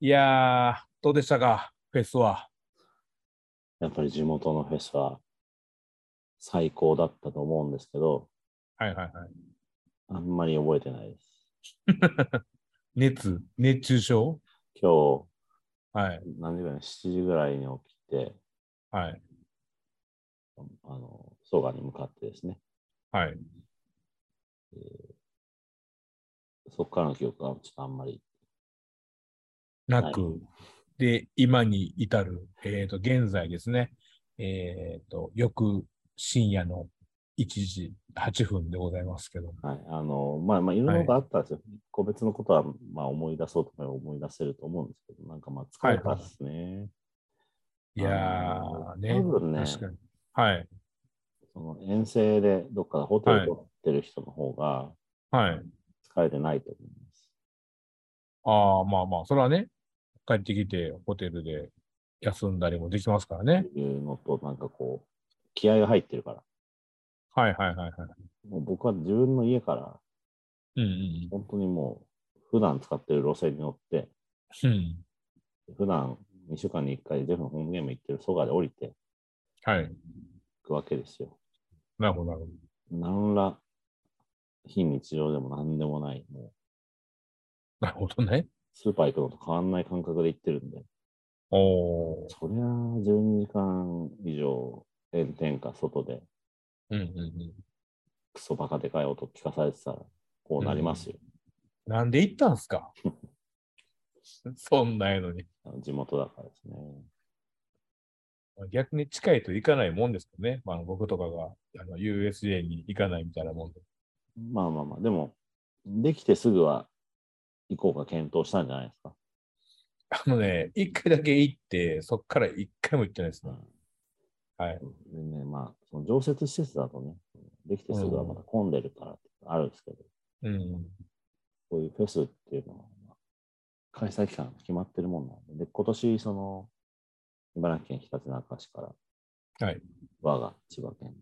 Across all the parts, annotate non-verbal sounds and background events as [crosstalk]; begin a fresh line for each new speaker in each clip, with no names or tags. いやー、どうでしたか、フェスは。
やっぱり地元のフェスは最高だったと思うんですけど、
はいはいはい。
あんまり覚えてないです。
熱、熱中症
今
はい
日、何時ぐらい ?7 時ぐらいに起きて、
はい
あの、蘇我に向かってですね、
はい。
そこからの記憶がちょっとあんまり、
なく、
は
で、今に至る、えっ、と、現在ですね、えっ、と、翌深夜の1時8分でございますけども、
はい、あの、まあまあ、いろんなことあったんですよ。個別のことは、まあ思い出そうとか思い出せると思うんですけど、なんかまあ疲れたですね。
いやーね、
多分ね
確かに。はい、
その遠征でどっかホテル取ってる人の方が
はい。
疲れてないと思います。
ああ、まあまあ、それはね、帰ってきて、ホテルで休んだりもできますからね。
いうのと、なんかこう、気合が入ってるから。
はいはいはいはい。
もう僕は自分の家から、
うんうん
本当にもう、普段使ってる路線に乗って、
うん。うん。
普段2週間に1回、ジェフのホームゲーム行ってる蘇我で降りて
はい。
いくわけですよ。
なるほどなるほど。
何ら、非日常でも何でもない、もう、
[laughs] なるほどね。
スーパー行くのと変わんない感覚で行ってるんで、
おお。
そりゃあ12時間以上、炎天下、外で、
うんうんうん。
クソバカでかい音聞かされてたら、こうなりますよ。
なんで行ったんすか [laughs] そんなやのに。 [laughs]
地元だからですね。
逆に近いと行かないもんですよね。まあ僕とかがあの USJ に行かないみたいなもんで。 [laughs]
まあまあまあ、でも、できてすぐは行こうか検討したんじゃないですか。
あのね、一回だけ行って、そっから一回も行ってないですね。はい。
でね、まあ、その常設施設だとね、できてすぐはまだ混んでるからってあるんですけど、
うん。
こういうフェスっていうのは、まあ開催期間が決まってるもんなんで、で今年、その、茨城県ひたちなか市から、
はい
我が千葉県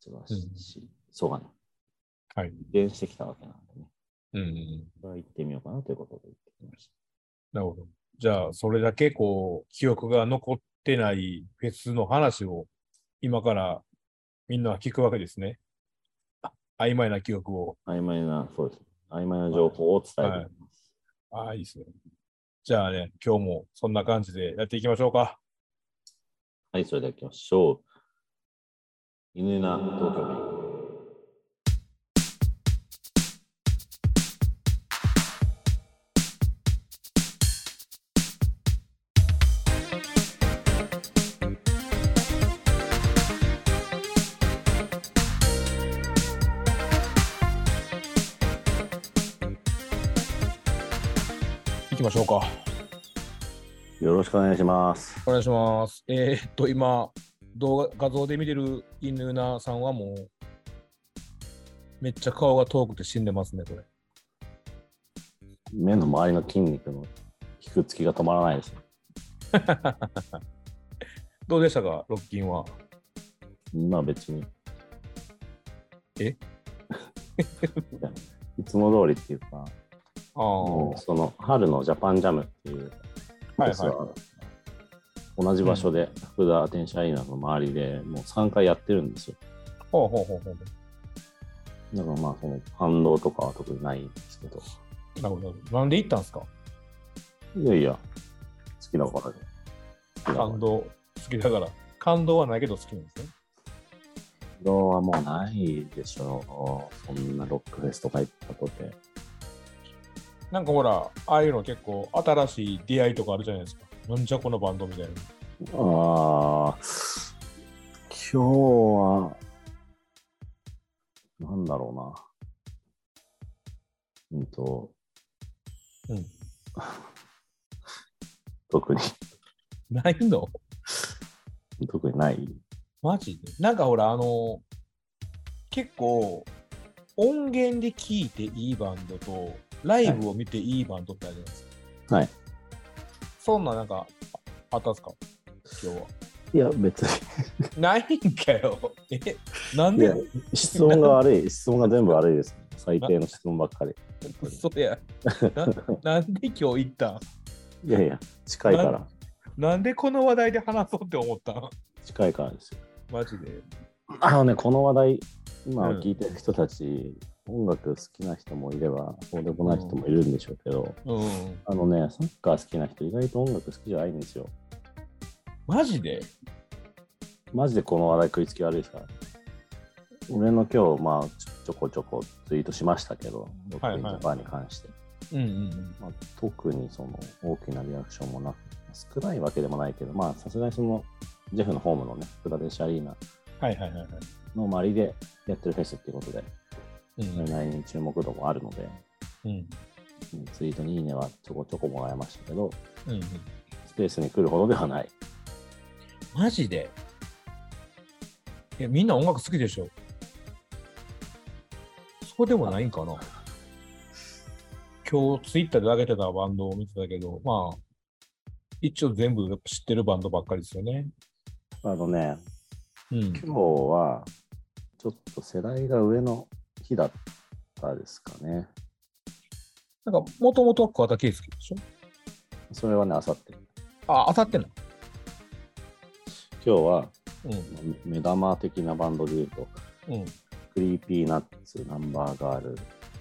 千葉市、蘇我に
はい。
移転してきたわけなんでね、
うんうん。
これは行ってみようかなということで行ってきまし
なるほど。じゃあ、それだけこう、記憶が残ってないフェスの話を、今からみんなは聞くわけですね。あ曖昧な記憶を。
た。曖昧な、そうです。曖昧な情報を伝えていきます。
ああ、いいですね。じゃあね、今日もそんな感じでやっていきましょうか。
はい、それでは行きましょう。犬な東京
行きましょうか。
弁。よろしくお願いします。
お願いします。えーっと、今、動画、画像で見てる犬なさんはもう、めっちゃ顔が遠くて死んでますね、これ。
目の周りの筋肉の引くつきが止まらないです。
どうでしたか、ロッキンは。
まあ別に。
え
[laughs] いやいつも通りっていうか、
ああ、
もうその春のジャパンジャムっていうフ
はい
ェスは、
は
同じ場所で、福田天使アリーナの周りでもう3回やってるんですよ。
い。ほうほうほうほう。
だからまあその反動とかは特にないんですけど、
なるほど。なんで行ったんですか
いやいや、好きだからで。好きだから
感動、好きだから。感動はないけど好きなんですね。
活動はもうないでしょう。そんなロックフェスとか行ったとて。
なんかほら、ああいうの結構新しい出会いとかあるじゃないですか。なんじゃこのバンドみたいな。
ああ、今日は、なんだろうな。うんと、
うん。
[laughs] 特に、
ないの
特にない。
マジでなんかほら、あの、結構、音源で聴いていいバンドと、ライブを見ていいバンドってあるじゃないですか。
はい。
そんななんか、ああったんすか今日は。
いや、別に。
ないんかよ。え、なん
い
で
や、質問が悪い。質問が全部悪いです。最低の質問ばっかり。
そや。ななんで今日行ったん
いやいや、近いから、
なんでこの話題で話そうって思ったん
近いからですよ。
マジで。
あのね、この話題、今
うん
聞いてる人たち、音楽好きな人もいれば、そうでもない人もいるんでしょうけど、
うん。
あのね、サッカー好きな人、意外と音楽好きじゃないんですよ。
マジで
マジでこの話題食いつき悪いですから。俺の今日、まあ、ちょちょこちょこツイートしましたけど、ロ
はい
ックインジャパンに関して。
うんうん
まあ、特にその大きなリアクションもなく、少ないわけでもないけど、まあ、さすがにその、ジェフのホームのね、ブラデシュアリーナ
うん。はいはいはいはい。
の周りでやってるフェスっていうことで、
うん
それなりに注目度もあるので、
うん
うんツイートにいいねはちょこちょこもらいましたけど、
うんうん。
スペースに来るほどではない。
マジでいや、みんな音楽好きでしょそうでもないんかな今日ツイッターで上げてたバンドを見てたけど、まあ、一応全部やっぱ知ってるバンドばっかりですよね。
あのね、
うん。
今日は、ちょっと世代が上の日だったですかね。
なんか、もともとは桑田佳祐でしょ
それはね、あさって。
あ、当たってない。
今日は、
うん。
目目玉的なバンドで言うと、
うん。
クリーピーナッツ、ナンバーガール、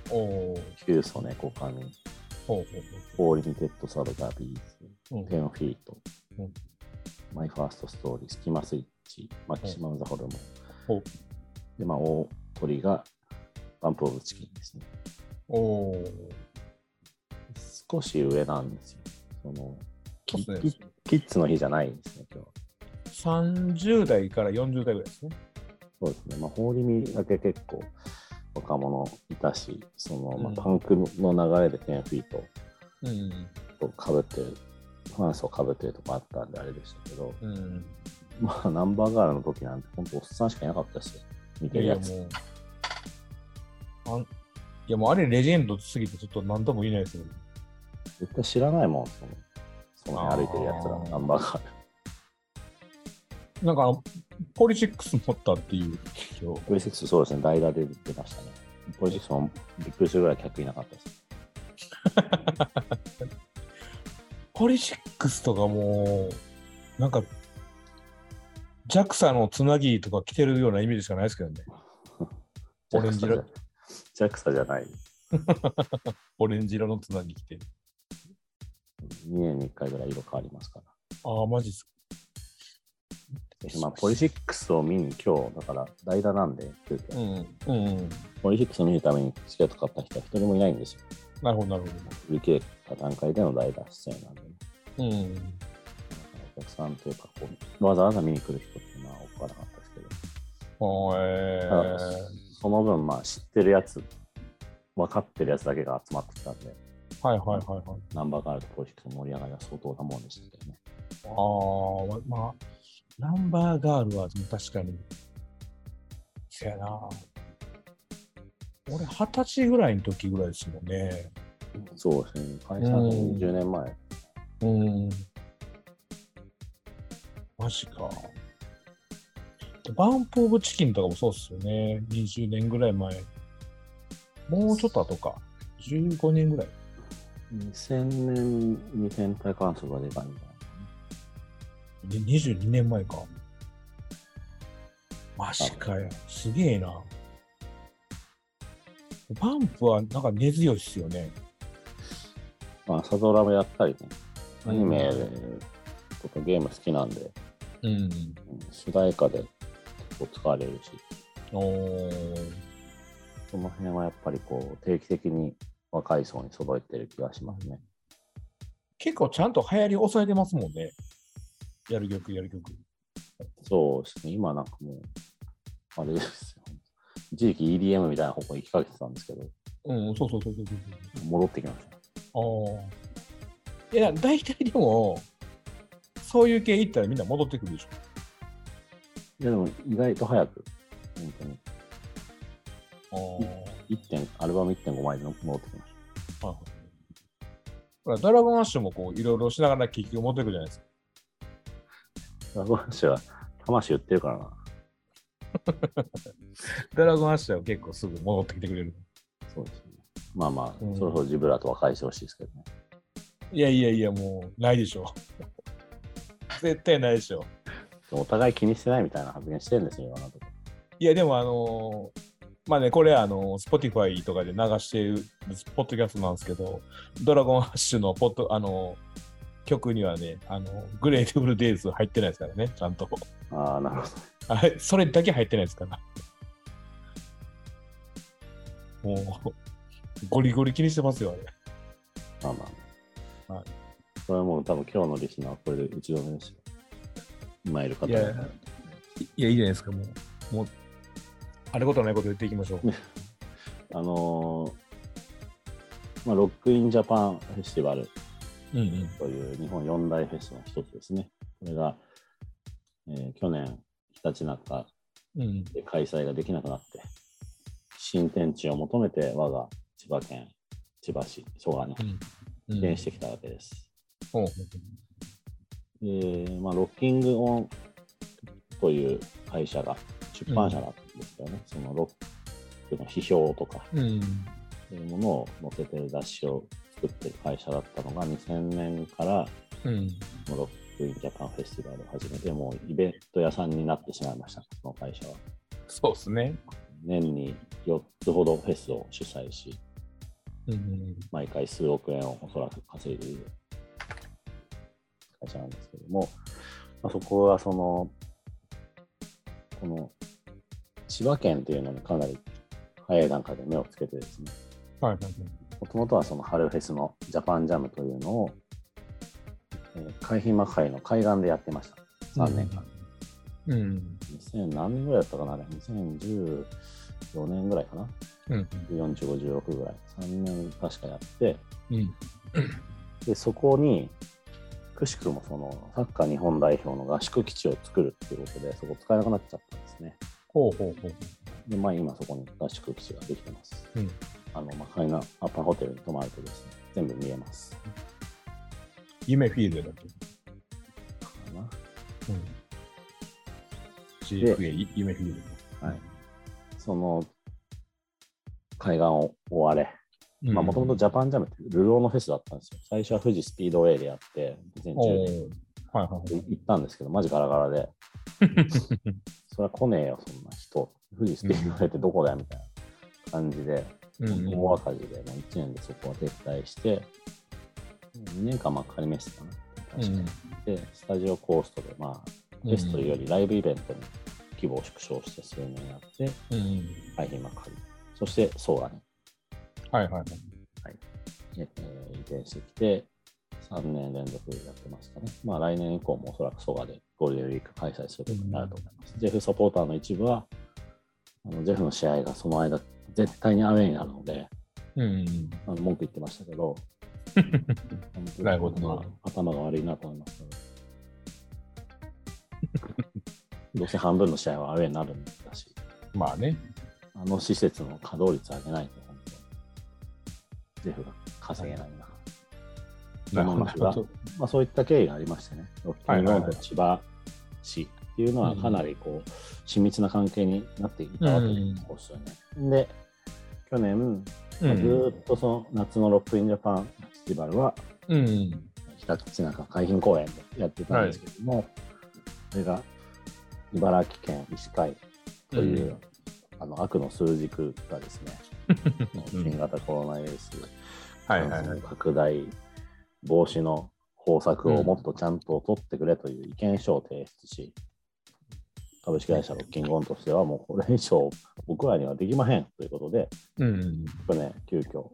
おー。
キューソネコカミ、
ほうほう
オーリミテッドサブダビーズ、
ほう。うん
テンフィート、
うん
マイファーストストーリー、スキマスイッチ、マキシマムザホルモン。
ほう
で、まあ、大鳥がバンプオブチキンですね。
おー。
少し上なんですよ。その
そ
キ
うっ
キ
すね。
キッズの日じゃないんですね、今日は。
30代から40代ぐらいですね。
そうですね、まあ、ホーリミだけ結構若者いたし、その、ま
うん
あ、パンクの流れで10フィート
うん。
とかぶってる、ファンスをかぶってるとこあったんであれでしたけど、
うん。
まあ、ナ [laughs] ンバーガールの時なんて、本当おっさんしかいなかったし、見
い
て
やいや
るやつ。
もう。あんいやもうあれレジェンドすぎてちょっと何とも言えないですよ。
絶対知らないもん、その、その辺歩いてるやつ
あー
ら、ナンバーガール。 [laughs]
なんかあの、ポリシックス持ったっていう。
ポリシックス、そうですね、代打で出ましたね。ポリシックスもびっくりするぐらい客いなかったです。
ポリシックスとかもう、なんか、JAXA のつなぎとか着てるようなイメージしかないですけどね。オレンジ色
ジャクサじゃない。
オレンジ色のつなぎ着て。
2年に1回ぐらい色変わりますから。
ああ、マジっすか。
まあ、ポリシックスを見に今日、だから代打なんで、急
う
遽
ん。うんうん。
ポリシックスを見るためにチケット買った人は一人もいないんですよ。
なるほど、なる
売り切れた段階での代打出演なんで、ね、
ほど。うん。
だからお客さんというかこう、わざわざ見に来る人っていうのは多くはなかったですけど、
おーえ
ただその分、まあ、知ってるやつ、分かってるやつだけが集まってきたんで、
ー、はいはいはいはい。
ナンバーガールとポリシックスの盛り上がりは相当なもんでしたけどね。
ああ、まあ、ナンバーガールは確かに。せやな。俺、二十歳ぐらいの時ぐらいですもんね。
そうですね、解散の10年前、
うん。マジか。バンプ・オブ・チキンとかもそうっすよね。20年ぐらい前。もうちょっと後か。15年ぐらい。
2000年に天体観測が出たんじゃない
で、22年前か。マジかよ。すげえな。バンプはなんか根強いっすよね。
まあ、朝ドラもやったりね、
うん
アニメとかゲーム好きなんで、
うん。
うん主題歌で結構使われるし、
おー
その辺はやっぱりこう定期的に若い層に揃えてる気がしますね。
結構ちゃんと流行り抑えてますもんね。やる曲、やる曲。
そうですね、今なんかもう、あれですよ。一時期 EDM みたいな方向に行きかけてたんですけど、
うん、そうそうそうそうそう
戻ってきました。
そう。ああ。いや、大体でも、そういう系行ったらみんな戻ってくるでしょ。
いやでも意外と早く、本当に
あ
1点、アルバム1.5枚で戻ってきまし
あ。はいほらドラゴンアッシュもこういろいろしながら結局戻ってくるじゃないですか。
た。ラゴン氏は魂売ってるからな。
ドラゴンアッシュは結構すぐ戻ってきてくれる。
そうですね。まあまあ、
うん
そろそろジブラと和解してほしいですけどね。
いやいやいや、もう、ないでしょ。 [laughs] 絶対ないでしょ。
お互い気にしてないみたいな発言してるんですよ、今のとこ
いや、でも、あのーまあね、これ、あのー、Spotify とかで流してる、ポッドキャストなんですけど、ドラゴンハッシュのポッド、あのー曲にはね、あのグレーテブルデイズ入ってないですからね、ちゃんと。 [laughs]
ろ。ああ、なるほど。
あれ、それだけ入ってないですから。もう、ゴリゴリ気にしてますよ、あれ。
まあまあ、
はい
これはもう多分今日のリスナーはこれで一度目ですよ。今いる方
いやいやいや、いいじゃないですか、もう。もう、あれことないこと言っていきましょう。
あのーまあ、ロックインジャパンフェスティバル
うんうん。
という日本四大フェスの一つですね。これが、えー去年、ひたちなか
うん、
で開催ができなくなって、新天地を求めて我が千葉県千葉市蘇我に
うん。
移転してきたわけです。
ほう
でまあ、ロッキングオンという会社が出版社なんですけどね、そのロックの批評とか
うん。
そういうものを載せてる雑誌を作ってる会社だったのが2000年から
うん。
このロックインジャパンフェスティバルを始めてもうイベント屋さんになってしまいましたその会社は
そうですね。
年に4つほどフェスを主催し
うん。
毎回数億円をおそらく稼いでいる会社なんですけども、まあ、そこはその、この千葉県というのにかなり早い段階で目をつけてですね、
はいはい
もともとはその春フェスのジャパンジャムというのを、えー海浜幕張の海岸でやってました、3年間。
はい。うん。
2000何年ぐらいだったかな、あれ2014年ぐらいかな、
うん。
14、15、16ぐらい、3年確かやって、
うん。
でそこにくしくもそのサッカー日本代表の合宿基地を作るっていうことでそこ使えなくなっちゃったんですね。
ほうほうほう。
で、まあ、今そこに合宿基地ができてます。
うん
あの、まあ、海南アッパーホテルに泊まるとですね、全部見えます。
夢フィールドだと。
かな
うん。GFA 夢フィール
その海岸を追われ、
ド。
まあもともとジャパンジャムってルローのフェスだったんですよ。最初は富士スピードウェイでやって、2010
は
年
いはいはい。
行ったんですけど、マジガラガラで、それは来ねえよ、そんな人。富士スピードウェイってどこだよみたいな感じで、大赤字で、もう1年でそこは撤退して、2年間まあ仮メスかな。確かで、スタジオコーストで、まあ、ベストよりライブイベントの規模を縮小して、そういうのになって、
うん。
海浜幕張、そしてソーラに、
はいはいはい。
えー移転してきて、3年連続やってますかね。まあ、来年以降もおそらくソーラでゴールデンウィーク開催することになると思います。ジェフサポーターの一部は、あのジェフの試合がその間、絶対にアウェイになるので、
うん。
あの文句言ってましたけど、本当に
なるほどな
頭が悪いなと思いますけど。どうせ半分の試合はアウェーになるんだし、
まあね。
あの施設の稼働率上げないと、本当ゼフが稼げない
な
な。
るほど。
まあ、そういった経緯がありましてね、ロッキングオンと千葉市っていうのはかなりこう、親密な関係になっていたわけで
うん
す、こうすよね。で、去年、
う
ずー
ん。
っとその夏のロックインジャパンフェスティバルは、
うん。
ひたちなか海浜公園でやってたんですけども、それが茨城県石川という、あの悪の数軸がです
[laughs]
ね、
うん
新型コロナウイルス
はい
感
はいは
染
い。
拡大防止の方策をもっとちゃんと取ってくれという意見書を提出し、株式会社ロッキングオンとしては、もうこれ以上僕らにはできまへんということで、
うん。
去年、急遽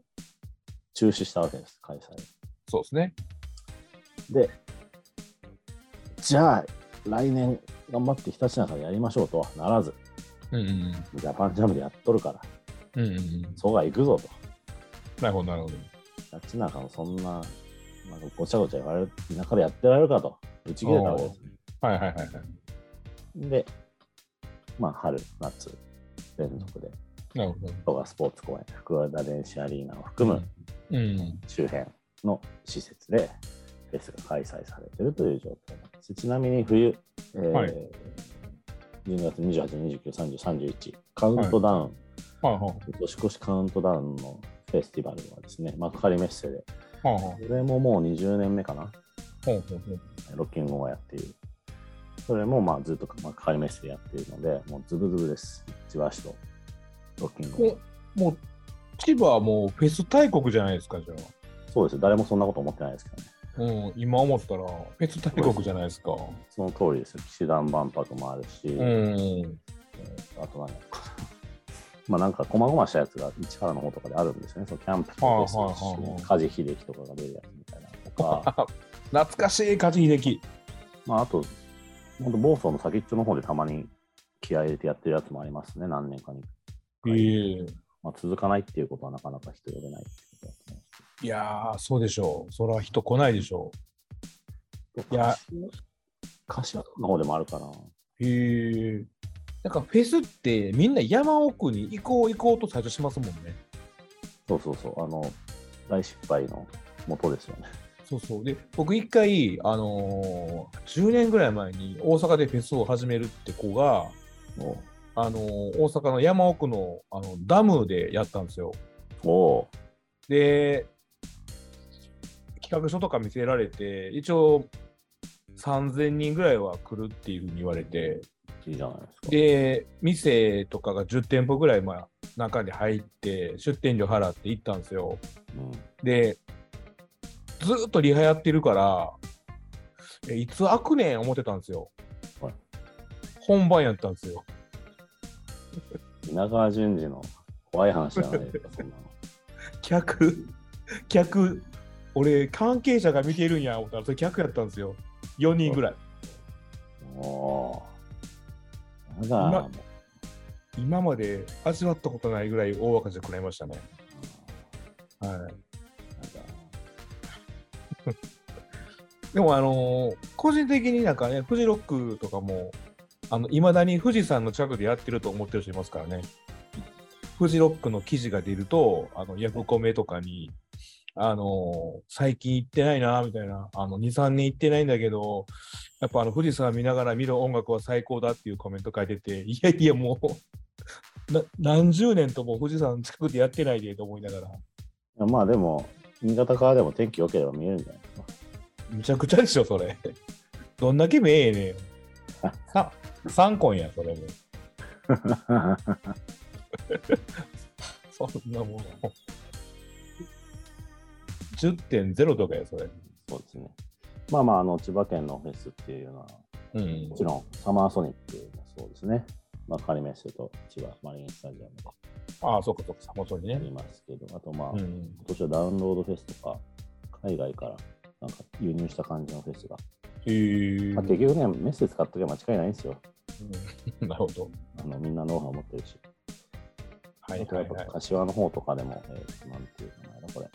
中止したわけです、開催。
そうですね。
で、じゃあ、来年頑張ってひたちなかでやりましょうとはならず、
うん。
ジャパンジャムでやっとるから、
うん。
蘇我行くぞと。
なるほど、なるほど。
ひたちなかのそんな、なんかごちゃごちゃ言われる中でやってられるかと、打ち切れたわけです。
はいはいはいはい。
で、まあ、春、夏、連続で、
なるほど。
蘇我スポーツ公園、福田電子アリーナを含む
うん。
周辺の施設で、フェスが開催されているという状況なんです。ちなみに冬、えー
はい
12月28、29、30、31、カウントダウン、
はいはい。
年越しカウントダウンのフェスティバルはですね、幕張メッセで
ほうほう
それももう20年目かな、
ほうほうほう
ロッキングオンをやっている。それもまあずっと、まあ、かかり飯でやっているので、もうズブズブです、千葉市とロッキングオン
もう、もう千葉はもうフェス大国じゃないですか、じゃあ。
そうですよ誰もそんなこと思ってないですけどね。
うん、今思ったら、フェス大国じゃないですか。
その通りですよ。騎士団万博もあるし、
うん。
あとはね、 [laughs] まあなんか、細々したやつが市原の方とかであるんですよね。そのキャンプとかです
はいはいはいはい
し、梶秀樹とかが出るやつみたいなのとか、
懐かしい、梶秀樹。
まああと、本当暴走の先っちょの方でたまに気合い入れてやってるやつもありますね、何年かに。
ええ
まあ、続かないっていうことはなかなか人呼べないってことだと思
いやー、そうでしょう。それは人来ないでしょ
うんです
いや
けど、柏の方でもあるかな。
う。へえ。なんかフェスってみんな山奥に行こう行こうと最初しますもんね。
そうそうそう、あの、大失敗の元ですよね。
そうそう。で、僕一回、あのー10年ぐらい前に大阪でフェスを始めるって子が、
お
あのー大阪の山奥のあのダムでやったんですよ。
お
で、企画書とか見せられて、一応3000人ぐらいは来るっていうふうに言われて、
ー、いいじゃないですか。
で、店とかが10店舗ぐらいまあ中に入って、出店料払って行ったんですよ。
うん
で、ずーっとリハやってるから、えいつ開くねん思ってたんですよ。
はい
本番やったんですよ。
稲川淳二の怖い話じゃないですか、そんなの。
客、客、俺、関係者が見てるんや思ったら、それ客やったんですよ。4人ぐらい。
[laughs] もう、やだな、
今今まで味わったことないぐらい大赤字で食らいましたね。は
やだ
い、でも、あのー個人的になんかね、フジロックとかも、いまだに富士山の近くでやってると思ってる人いますからね。フジロックの記事が出ると、あのヤフコメとかに、あのー最近行ってないな、みたいな、あの2、3年行ってないんだけど、やっぱあの富士山見ながら見る音楽は最高だっていうコメント書いてて、いやいや、もう [laughs] な、何十年とも富士山近くでやってないでと思いながら。
いやまあでも、新潟からでも天気良ければ見えるんじゃないですか。
むちゃくちゃでしょ、それ。 [laughs] どんだけ目ええねん。さ三コンや、それも。そんなもの。10.0とかや、それ。
[laughs] そうですね。まあまあ、あの千葉県のフェスっていうのは、
うん
もちろんサマーソニックもそうですね。まあ、仮メッセと千葉マリンスタジアムで
ああ、そうか、そうか、本当に
や
ね。
りますけど、あとまあ、
う
今
ん。
年はダウンロードフェスとか、海外からなんか輸入した感じのフェスが。
えー
まあ、結局ね、メッセ使っとけば間違いないんですよ。
うんなるほど。
あのみんなノウハウ持ってるし。
は
あ
い
とや
は
っ
いは
ぱ
い。
柏の方とかでも、えーなんていう名前だこれ、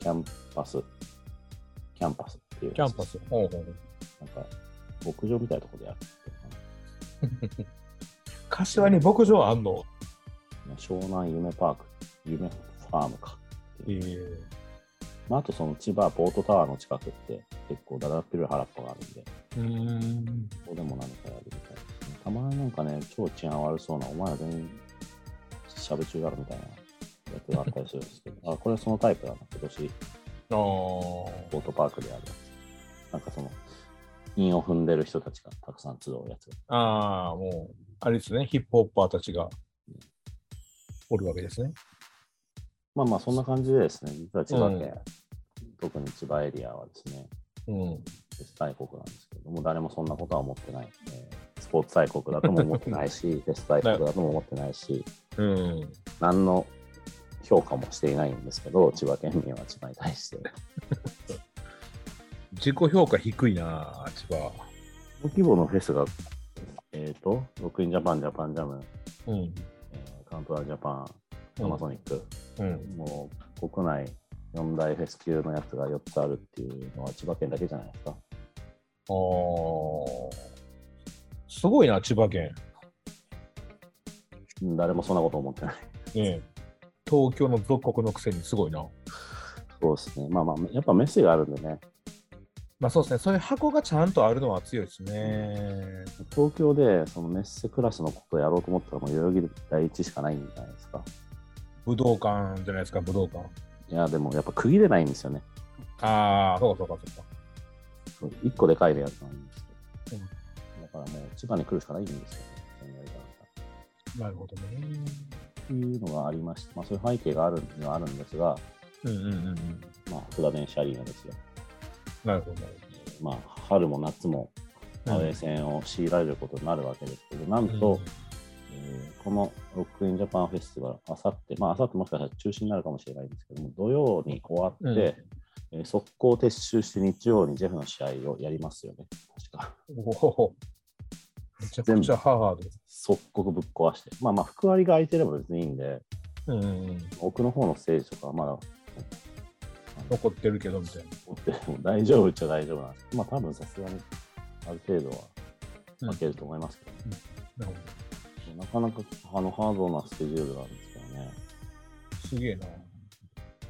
キャンパス、キャンパスっていう、
キャンパス。ほうほう
なんか、牧場みたいなとこでやってる
柏に牧場あんの
かな湘南夢パーク、夢ファームか。
えー
まあ、あとその千葉ポートタワーの近くって結構だだっ広い原っぱがあるんで、
うーん。
ここでも何かやるみたいですね。たまになんかね、超治安悪そうな、お前ら全員しゃぶ中だろみたいなやつがあったりするんですけど、あ、これはそのタイプだな、今年
あー
ボートパークであるやつ。なんかその、韻を踏んでる人たちがたくさん集うやつ。
あー、もう、あれですね、ヒップホッパーたちがおるわけですね。
まあまあ、そんな感じでですね、実は千葉県、
う
特に千葉エリアはですね、
うん。
フェス大国なんですけども、誰もそんなことは思ってない。えースポーツ大国だとも思ってないし、フェス大国だとも思ってないし、
うん。
何の評価もしていないんですけど、千葉県民は千葉に対して。
自己評価低いな、千葉。
小規模のフェスが、えっ、と、ロックインジャパン、ジャパンジャム、
うん。
えーカウントダウンジャパン、アマゾニック、
うん。
もう国内四大フェス級のやつが4つあるっていうのは千葉県だけじゃないですか。
あーすごいな、千葉県。
誰もそんなこと思ってない。
ねえ東京の属国のくせにすごいな。
そうですね。まあまあ、やっぱメッセがあるんでね、
まあそうですね、そういう箱がちゃんとあるのは強いですね。
東京でそのメッセクラスのことをやろうと思ったら、もう代々木第一しかないんじゃないですか。
武道館じゃないですか、武道館。
いや、でもやっぱ区切れないんですよね。
ああ、そうかそうかそうか。
そう一個でかい部屋ってのあるんですけど、
うん
だからもう千葉に来るしかないんですよね、そのやり方が
なるほどね。
っていうのがありまして、まあ、そういう背景があるっていうのはあるんですが、
うんうんうんうん。
まあ、フラデンシアリーナですよ。
なるほど。なる
まあ、春も夏も
ほ
アウ
ど
ェー戦を強いられることになるわけですけど、なんと、えーこのロックインジャパンフェスティバル、あさって、まあ、あさってもしかしたら中止になるかもしれないんですけども、土曜に終わって、えー速攻撤収して日曜にジェフの試合をやりますよね、確か。
うんおほほめちゃくちゃハー
即刻ぶっ壊して、まあまあ、福割が空いてれば別にいいんで、
ド。うんうんうん。
奥の方のステージとかはまだ
残ってるけどみたい
持っても大丈夫っちゃ大丈夫なんですけど、まあ、多分さすがにある程度は負けると思いますけど、ね
な。なるほ
なかなかあのハードなスケジュールなんですけどね。
ど。すげえな。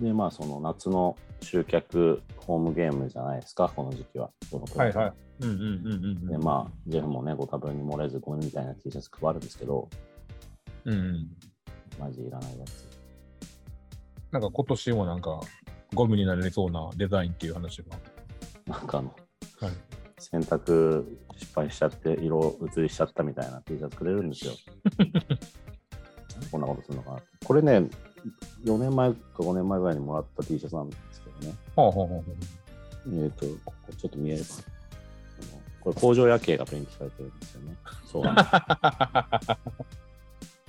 で、まあ、その夏の集客ホームゲームじゃないですか、この時期は。
はいはい。うんうんうんうん。
で、まあ、ジェフもね、ご多分に漏れず、ゴミみたいな T シャツ配るんですけど、
あ。うんうん。
マジいらないやつ。
なんか今年もなんか、ゴムになれそうなデザインっていう話が。
なんかあの、
はい
洗濯失敗しちゃって、色移りしちゃったみたいな T シャツくれるんですよ。なんでこんなことするのかな。これね、4年前か5年前ぐらいにもらった T シャツなんですけどね。
ほうほうほうほ
えーと、ここちょっと見えるかな。あのこれ工場夜景がプリントされてるんですよね。そうなんだ。
う。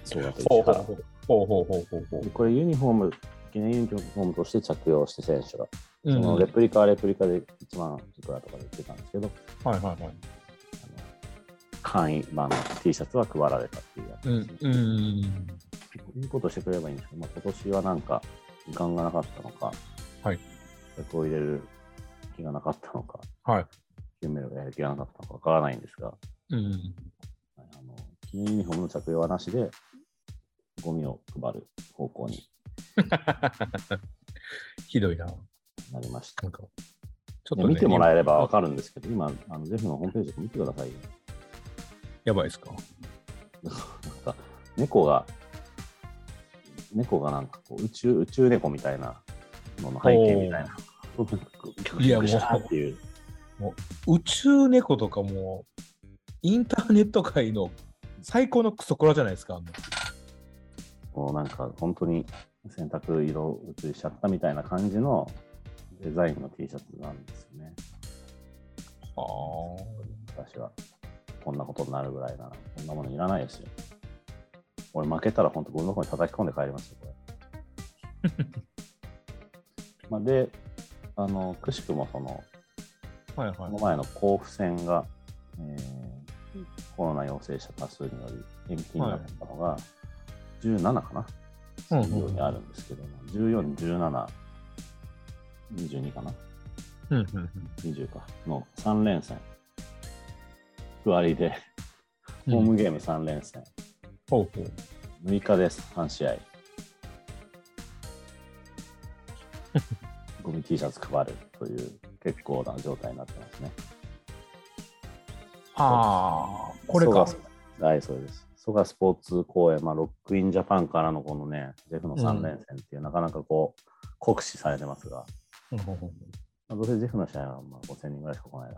そうだ
[laughs] ほうほうほう。ほうほうほうほうほう
これユニフォーム、記念ユニフォームとして着用して選手が、
うん
そ
うん。
の
はい
レプリカはレプリカで1万いくらとかで売ってたんですけど、
はいはい。
あの簡易版の T シャツは配られたっていうやつ
うん
です、
う
ね
んうん。
いいことしてくれればいいんですけど、まあ、今年はなんか時間がなかったのか、
はい、
客を入れる気がなかったのか、
はい。
決める気がなかったのかわからないんですが、
うん。 [laughs]
あの記念ユニフォームの着用はなしで、ゴミを配る方向に
ひどいな。
なりました。
なんか。ちょ
ね見てもら
え
えればわかるんですけど、今、あのジェフのホームページとか見てくださいよ。
やばいですか。
なんか、猫が、猫がなんかこう宇宙、宇宙猫みたいなのの背景みたい [laughs] な。
いやもう
っていう。
宇宙猫とかもうインターネット界の最高のクソコラじゃないですか。あの
もうなんか本当に洗濯色移りしちゃったみたいな感じのデザインの T シャツなんですよね。私は。こんなことになるぐらいなら、こんなものいらないですよ。俺負けたら本当、ゴミ箱に叩き込んで帰りますよ、これ。まあで、あの、くしくもその、
はい
こ
は
の前の甲府戦が、えーコロナ陽性者多数により延期になったのが、17かな、
うんうん
水曜にあるんですけども、14、17、22かな、
い。うんうん
20か、の3連戦、区割りで、
うん
ホームゲーム3連戦、
ほうほう。
6日です、3試合。
[laughs]
ゴミ T シャツ配るという結構な状態になってますね。
ああ、これ
ソガ
か。
スはい、そうです。蘇我スポーツ公園、まあ、ロックインジャパンからのこのね、ジェフの3連戦っていう、なかなかこう、酷使されてますが、
うんうんうん
まあ、どうせジェフの試合はまあ5000人ぐらいしか来ないな。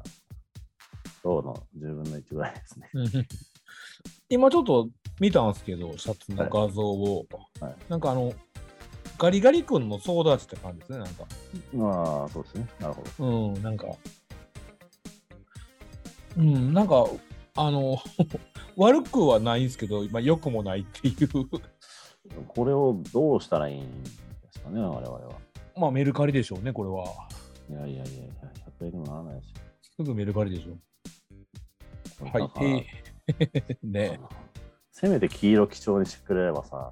今日の10分の1ぐらいですね。
うん今ちょっと見たんですけど、シャツの画像を。
はいはい
なんかあの、ガリガリ君のソーダ味って感じですね、なんか。
まあ、そうですね。なるほど。
うん、なんか、うん、なんか、あの、 [laughs] 悪くはないんですけど、まあ、良くもないっていう、 [laughs]
これをどうしたらいいんですかね、我々は。
まあ、メルカリでしょうね、これは。
いやいやいやいや、100円にもならないですよ。
すぐメルカリでしょ
これ
は
だか
い。
ら
へえ [laughs] ね
せめて黄色基調にしてくれればさ、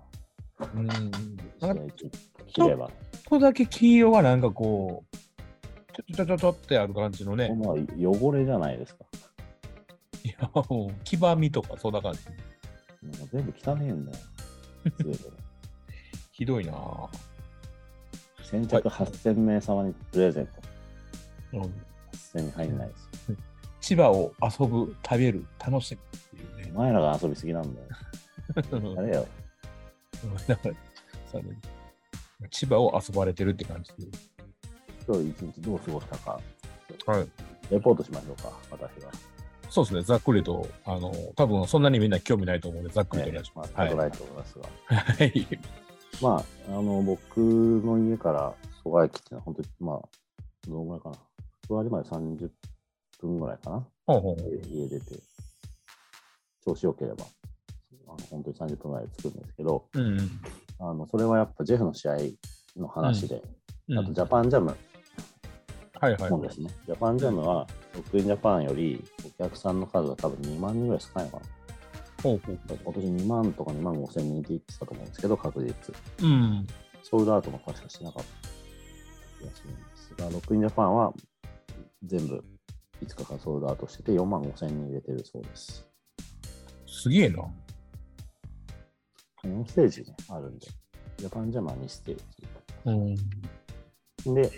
え。うん。なんか
試
ちょ
合
っ
切れば。
とだけ黄色がなんかこう、ちょちょちょちょってある感じのね、
まあ、汚れじゃないですか。
いやもう [laughs] 黄ばみとか、そんな感じ。
なんか全部汚ねえんだ
[laughs]
よ。全部
ひどいなぁ。
先着8000名様にプレゼント。
うん
8000に入んないです
千葉を遊ぶ、食べる、楽しむっていう
よ。
ね
お前らが遊びすぎなんだよ。
[laughs]
あれよ。
だから、その千葉を遊ばれてるって感じで。
今日一日どう過ごしたか、
はい。
レポートしましょうか、私は。
そうですね、ざっくりと、あの、多分そんなにみんな興味ないと思うんで、ざっくりとお願いし
ま
ます。
あ、
はい。
ないと思いますが。
はい。 [laughs]
まあ、あの、僕の家から蘇我駅っていうのは、本当に、まあ、どのぐらいかな。蘇我駅まで30分ぐらいかな。
ほうほうほう。
で家出て、調子よければ、あの本当に30分ぐらいで着くんですけど、
うんうん。
あの、それはやっぱジェフの試合の話で、
うん
あとジャパンジャム
はいはい。
もですね、ジャパンジャムは、ロックインジャパンよりお客さんの数は多分2万人ぐらい少ないのかな。
ほうほう。
今年2万とか2万5千人って言ってたと思うんですけど、確実。
うん。
ソールドアウトも確かしてなかった気がするんですが、ロックインジャパンは全部5日間ソールドアウトしてて4万5千人入れてるそうです。
すげえな。
4ステージね、あるんで。ジャパンジャムは2ステー
うん。
ジ。で、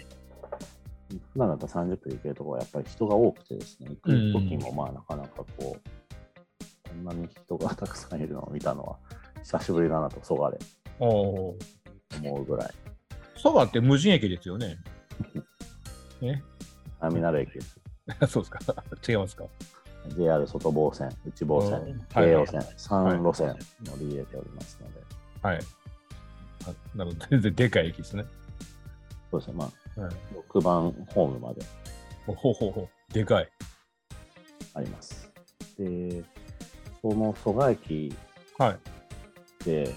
普段だったら30分で行けるところはやっぱり人が多くてですね、行く時もまあなかなかこう、こんなに人がたくさんいるのを見たのは久しぶりだなと、そがで
おー。
思うぐらい。
そばって無人駅ですよね。ね。
ターミナル駅です。
[laughs] そうですか。違いますか。
JR 外房線、内房線、
うん
京葉線、
はい
3路線乗り入れておりますので、
はい。あなるほど。 [laughs] 全然でかい駅ですね。
そうですね、まあ、
はい。
6番ホームまで
ほうほうほう。でかい。
あります。で、その蘇我駅
はい。
で、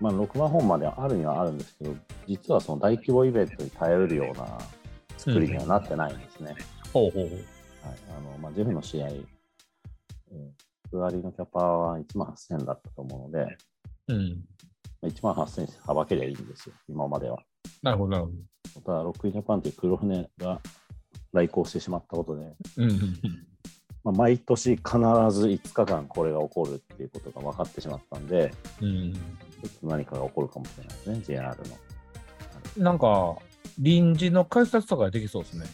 まあ、6番ホームまではあるにはあるんですけど、実はその大規模イベントに耐えうるような作りにはなってないんですね。
ほうほうほう。
はい、あのまあ、ジェフの試合、えー、割のキャパは1万8000だったと思うので、
うん。
まあ1万8000さばけりゃいいんですよ、今までは。
なるほど、なるほ
ただ、ロックインジャパンという黒船が来航してしまったことで、
ど。うん。
まあ、毎年必ず5日間これが起こるっていうことが分かってしまったんで、
うん。
ちょっと何かが起こるかもしれないですね、JR の。
なんか、臨時の改札とかできそうですね。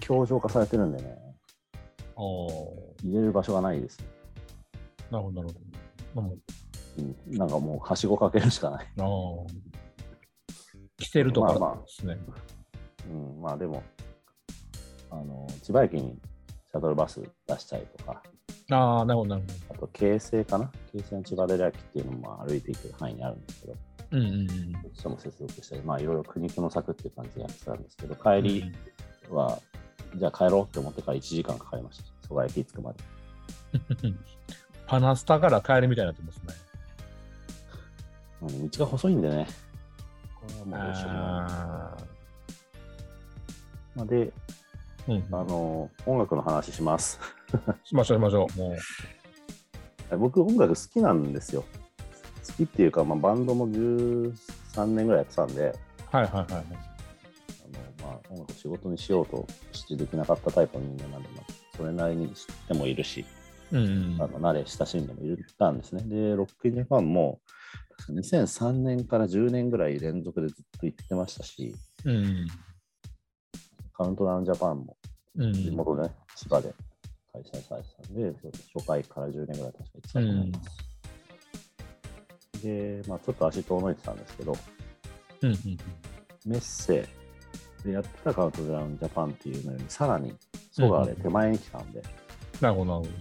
強情化されてるんでね、
ああ。
入れる場所がないです、ね
なるほど、なるほど。
うん。なんかもう、はしごかけるしかない。
ああ。着せると
まあ
か
まあ
ですね。
うん、まあでも、あの千葉駅にシャトルバス出したりとか、
あ、あ、なるほど、なる
あと京成かな京成の千葉寺駅っていうのもまあ歩いていける範囲にあるんですけど、
ほど。うんうんうん。
その接続したり、まあいろいろ苦肉の策っていう感じでやってたんですけど、帰りは、じゃあ帰ろうって思ってから1時間かかりました。蘇我駅着くまで。
うん。パナスタから帰るみたいになってますね。
うん道が細いんでね。これはもうどうしようもない
ああ。
まあで、
うん、
あの音楽の話します。 [laughs]
しましょうしましょう。もう。
僕、音楽好きなんですよ。好きっていうか、まあ、バンドも13年ぐらいやってたんで、
はいはいはい。
あのまあ、音楽を仕事にしようとしてできなかったタイプの人間なんで、まあ、それなりに知ってもいるし、
うんうん
あの慣れ親しんでもいたんですね。で、ロックインジャパンも2003年から10年ぐらい連続でずっと行ってましたし、
うん。
カウントダウンジャパンも
うんうん。
地元で、千葉で開催されてたんで、初回から10年ぐらい確か行ってたと思います。で、まあ、ちょっと足遠のいてたんですけど、
うんうん
メッセでやってたカウントダウンジャパンっていうのより、さらに蘇我で手前に来たんで、
なるほどなる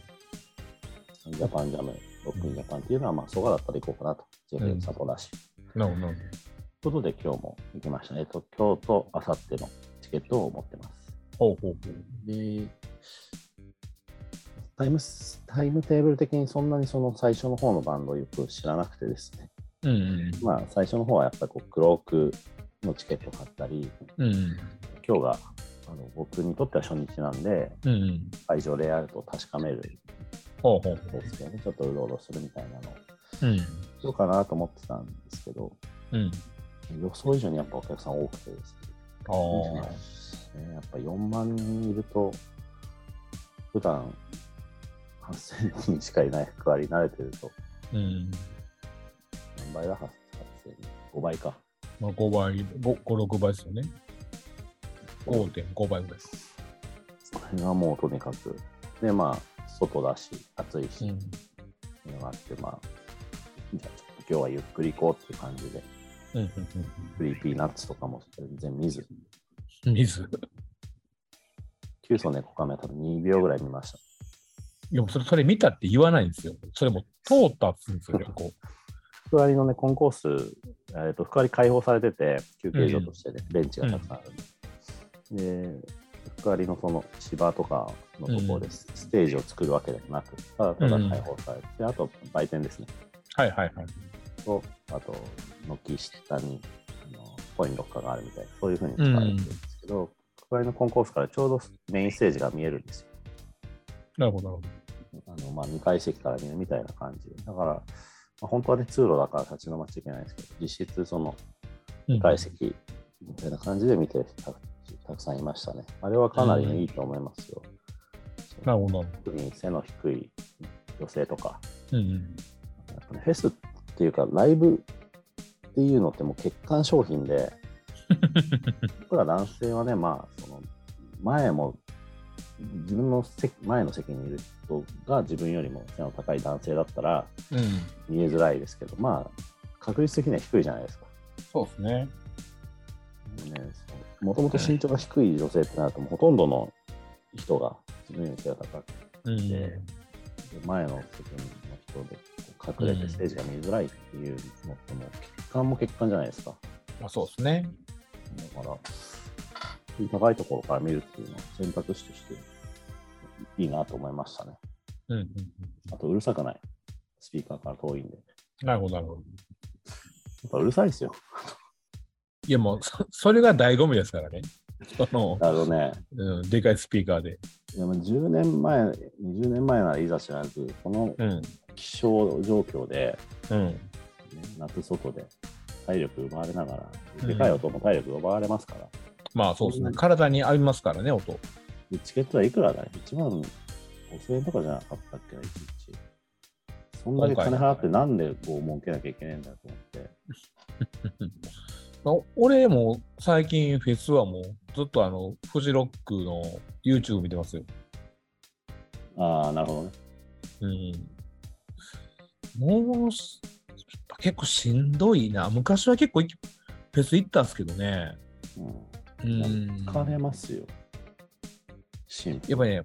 ほど。
ジャパンジャム、ロックインジャパンっていうのは、まあ、蘇我だったら行こうかなと、
う
JFN
ん
札幌だし。
なるほどなる
ということで今日も行きましたね。えっと、今日と明後日のチケットを持ってます。
ほど。ほうほうほう。
で、タイムスタイムテーブル的にそんなにその最初の方のバンドをよく知らなくてですね。
うんうん
まあ最初の方はやっぱりこうクロークのチケットを買ったり、
うん。うん
今日があの僕にとっては初日なんで、
うん。うんうん。
会場レイアウトを確かめるん
ほうほうほ
ですけどね、ちょっとうろうろするみたいなのを
う。うん。
どうかなと思ってたんですけど、
うん。
予想以上にやっぱお客さん多くてですね。
ああ。
ねやっぱ4万人いると、普段8000人しかいない役割に慣れてると、
うん。
何倍だ、8000人。5倍か。
まあ、5倍、5、5 6倍ですよね。5.5倍ぐらいです。
それがもうとにかく。で、まあ、外だし、暑いし、っていうのがあって、まあ、じゃあちょっと今日はゆっくり行こうっていう感じで、
うんうん
クリーピーナッツとかも全然見ず、
うん水。
キュウソネコカメは多分2秒ぐらい見ました。
いや、それ、それ見たって言わないんですよ。それもう通ったっつうんですよ、旅行。
福割のね、コンコース、えっと福割開放されてて、休憩所としてね、ベンチがたくさんあるんで、で福割のその芝とかのところです、ステージを作るわけでもなく、ただただ開放されて、あと売店ですね、
はいはいはい。
と、あと、軒下にあのコインロッカーがあるみたいな、そういうふうに使われてるんですけど、福割のコンコースからちょうどメインステージが見えるんですよ。
なるほど、なるほ
あのまあ、2階席から見るみたいな感じで。だから、まあ、本当はね、通路だから立ち止まっちゃいけないんですけど、実質その
ど。
2階席みたいな感じで見てる人たたくさんいましたね。あれはかなりねいいと思いますよ。
うんなるほど、なる
特に背の低い女性とか、
ほど。うんうん。
やっぱねフェスっていうか、ライブっていうのってもう欠陥商品で、僕ら男性はね、まあ、その前も自分の席前の席にいる人が自分よりも背の高い男性だったら、
うん。
見えづらいですけど、まあ、確率的には低いじゃないですか。
そうですね。
もともと身長が低い女性ってなると、もうほとんどの人が自分より背が高くて、
うん。
前の席の人でこう隠れてステージが見づらいっていうのって、もう血管も血管じゃないですか。
まあ、そうですね。
だから、高いところから見るっていうのは選択肢としていいなと思いましたね。
うんうん
あと、うるさくない。スピーカーから遠いんで。や
うん。なるほど、なるほど。
っぱうるさいですよ。
いや、もう、そそれが醍醐味ですからね。その、
あのね、
うん、でかいスピーカーで。
いやまあ10年前、20年前ならいざ知らず、この
うん。
気象状況で、
うん。
ね夏外で体力奪われなが
う
ら、
ん
でかい音も体力奪われますから、
まあ、そうですね。体に合いますからね、音。
でチケットはいくらだね、1万5000円とかじゃなかったっけな、1日。そんだけ金払って、なんでこう儲けなきゃいけないんだと思って、
まあ俺も最近フェスはもうずっとあのフジロックの YouTube 見てますよ。
ああ、なるほどね。
うん。もうし結構しんどいな。昔は結構いフェス行ったんですけどね。う
うん
ん。
疲れますよ。シンプ
やっぱりね、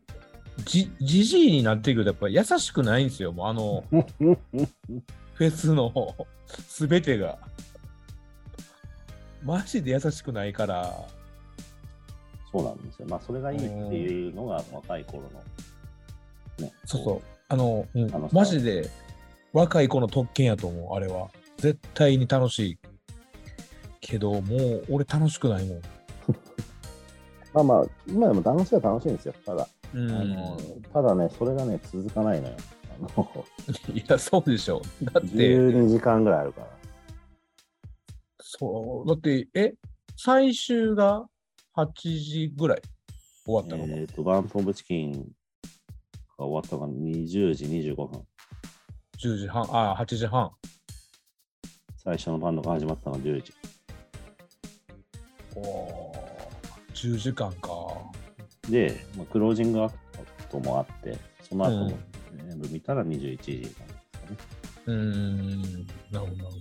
じじじいになってくるとやっぱ優しくないんですよ。もうあの
ル。
フェスの全てが。マジで優しくないから。
[laughs] そうなんですよ。まあ、それがいいっていうのが若い頃の。ね、
そうそう。あの、うん
あの、さ
マジで若い子の特権やと思う、あれは。絶対に楽しい。けど、もう俺楽しくないもん。
まあまあ、今でも男性は楽しいんですよ。ただ、
う
あのただね、それがね、続かないのよ。あの
いや、そうでしょ。だって、
12時間ぐらいあるから。
そう、だって、え、最終が8時ぐらい終わったのか。
えっ、と、バンプ・オブ・チキンが終わったのが20時25分。
10時半、あ、8時半。
最初のバンドが始まったのが10時。
おー10時間か。
で、まあ、クロージングアクトもあって、その後
う
も全部見たら21時なんですかね。
うーん、なるほどなるほど。
っ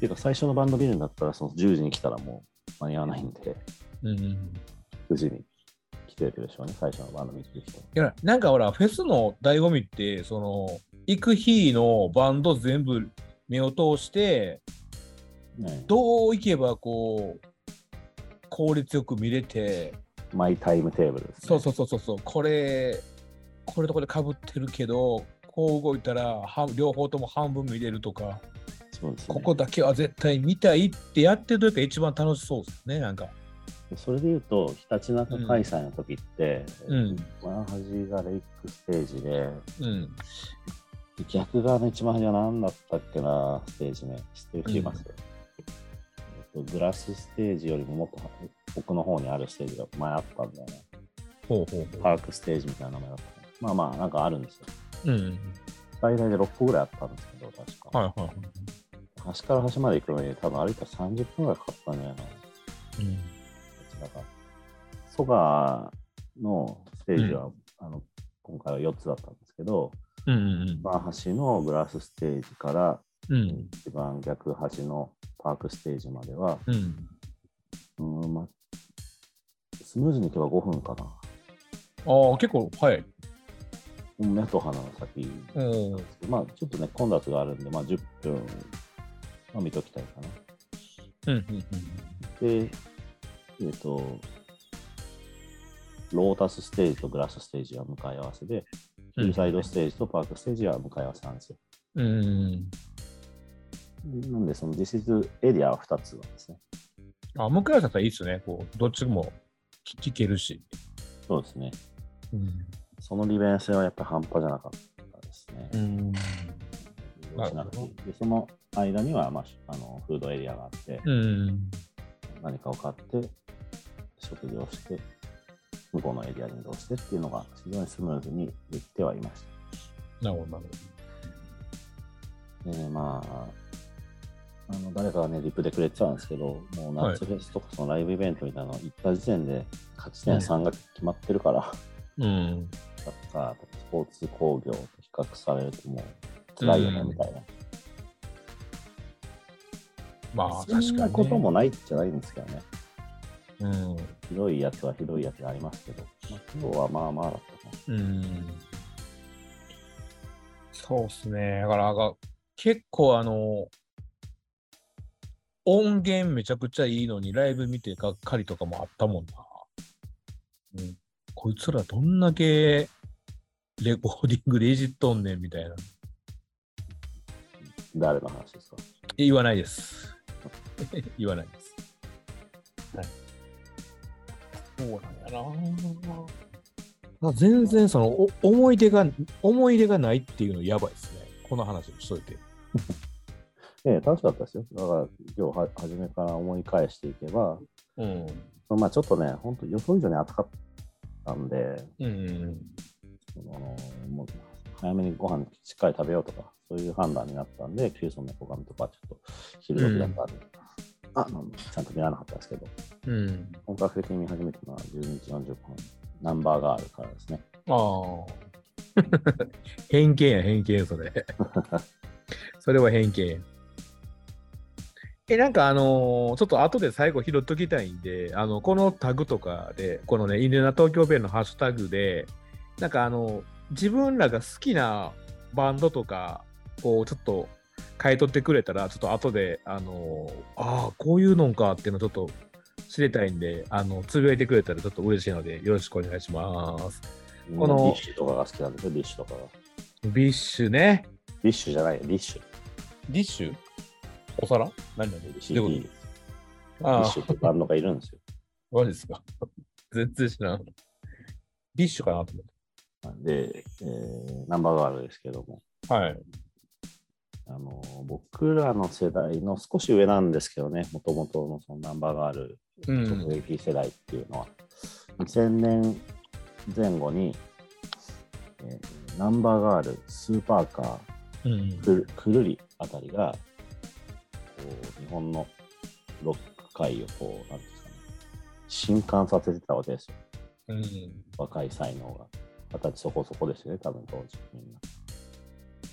ていうか、最初のバンド見るんだったら、その10時に来たらもう間に合わないんで、
うん
9時に来てるでしょうね、最初のバンド見てる人は。
いやなんかほらフェスの醍醐味ってその行く日のバンド全部目を通して
ね、
どう行けばこう効率よく見れて
マイタイムテーブルです、ね。
そうそうそうそうそうこれこれとこれかぶってるけどこう動いたらは両方とも半分見れるとか
そうですね
ここだけは絶対見たいってやってる時が一番楽しそうですねなんか。
それで言うと、ひたちなか開催の時って、
うん
ワンハジがレイクステージで、
うん、
逆側の一番端は何だったっけな、ステージ名。知ってる人います、えっとグラスステージよりももっと奥の方にあるステージが前あったんだよね。
ほうほうほ
パークステージみたいな名前だった。まあまあ、なんかあるんですよ。
う。うん、
最大で6個ぐらいあったんですけど、確か。
はいはいはい。
端から端まで行くのに、多分歩いたら30分ぐらいかかったんじゃないかな。
うん
こちらが。ソガのステージは、あの今回は4つだったんですけど、
うん
一番端のグラスステージから
うんうん
一番逆端のパークステージまでは、
うん。
うんま、スムーズに行けば5分かな。
ああ、結構早い。
うん目と鼻の先。
うん。
まあ、ちょっとね、混雑があるんで、まあ、10分、まあ、見ときたいかな。
うんうん
で、えっ、と、ロータスステージとグラスステージは向かい合わせで、ヒルサイドステージとパークステージは向かい合わせなんですよ。
うん。うん。
でなんで、その実質エリアは2つなんですね。
あ、向かい合わせだったらいいっすね。こう、どっちも聞聞けるし。
そうですね。
うん。
その利便性はやっぱり半端じゃなかったですね。
うん。
利用しなくていいで、その間には、まあ、しあのフードエリアがあって、
うん。
何かを買って、食事をして、向こうのエリアに移動してっていうのが非常にスムーズにできてはいました。
なるほど、なるほど。
でね、まあ、あの誰かがね、リプでくれてたんですけど、もう
はい
夏フェスとかそのライブイベントみたいなの行った時点で、勝ち点
うん
3が決まってるから、
うん。
サッカーとかスポーツ工業と比較されるともう、辛いよね、
うん
みたいな。
まあ、確かに、ね。
そんなこともないじゃないんですけどね。
うん。
ひどいやつはひどいやつでありますけど、まあ、今日はまあまあだったかな。
うん。そうっすね。だから、なんか結構あの、音源めちゃくちゃいいのに、ライブ見てがっかりとかもあったもんな。うん、こいつらどんだけレコーディングでいじっとんねんみたいな。
誰の話ですか
言わないです。 [laughs] 言わないです。はい。そうなんやな。まあ、全然そのお思い出が思い出がないっていうのやばいですね。この話にしといて。
ええ、楽しかったですよ。だから、今日は初めから思い返していけば、
うん。
まあちょっとね、本当予想以上に暑かったんで、
嗯うん。
そのもう早めにご飯しっかり食べようとか、そういう判断になったんで、急須の拝みとかちょっと昼時だったんで、ああのちゃんと見られなかったですけど、
うん。
本格的に見始めたのは12時40分、ナンバーガールからですね。
ああ。 [laughs] 偏見や、偏見、それ。それは偏見。え、なんかあのーちょっと後で最後拾っときたいんで、あの、このタグとかで、このね、インデナ東京弁のハッシュタグで、なんかあの、自分らが好きなバンドとかをちょっと買い取ってくれたら、ちょっと後で、あのーああ、こういうのかっていうのちょっと知れたいんで、あの、つぶやいてくれたらちょっと嬉しいので、よろしくお願いします。この
みんなディッシュとかが好きなんですよ、ディッシュとかが。
ビッシュね。
ディッシュじゃないよ、ディッシュ。
ディッシュお皿何何
ディッシ
どういう
ュ
こ
ディッシュってバンドがいるんですよ。
マジですか [laughs] 全然知らん。ビッシュかなと思っ
で、えーナンバーガールですけども、
て。はい。
あの僕らの世代の少し上なんですけどね、もともとのそのナンバーガール
うん
直。撃世代っていうのは、2000年前後に、えーナンバーガール、スーパーカー、
うん。
くるくるりあたりが、こう日本のロック界をこう、なんていうんですかね、震撼させてたわけですよ、
うん、
若い才能が。二十歳そこそこですよね、多分当時みんな。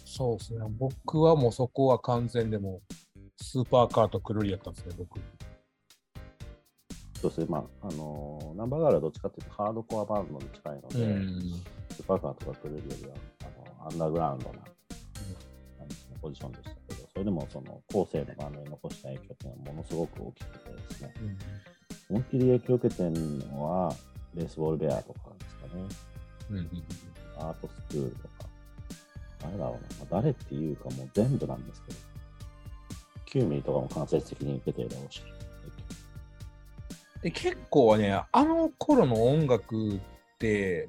そうですね。僕はもうそこは完全でもうスーパーカーとくるりやったんですね、僕。
そうですね、まあ、あのーナンバーガールはどっちかっていうとハードコアバンドに近いので、
うん。
スーパーカーとかクルーよりはあのアンダーグラウンドな、なんですねポジションでしたけど、それでもその後世のバンドに残した影響っていうのはものすごく大きくてですね、思いっきり影響を受けてるのは、ベースボールベアとかですかね、
うん。
アートスクールとか、誰だろうな、まあ、誰っていうかもう全部なんですけど、9ミリとかも間接的に受けてるだろうし、
で、結構はね、あの頃の音楽って、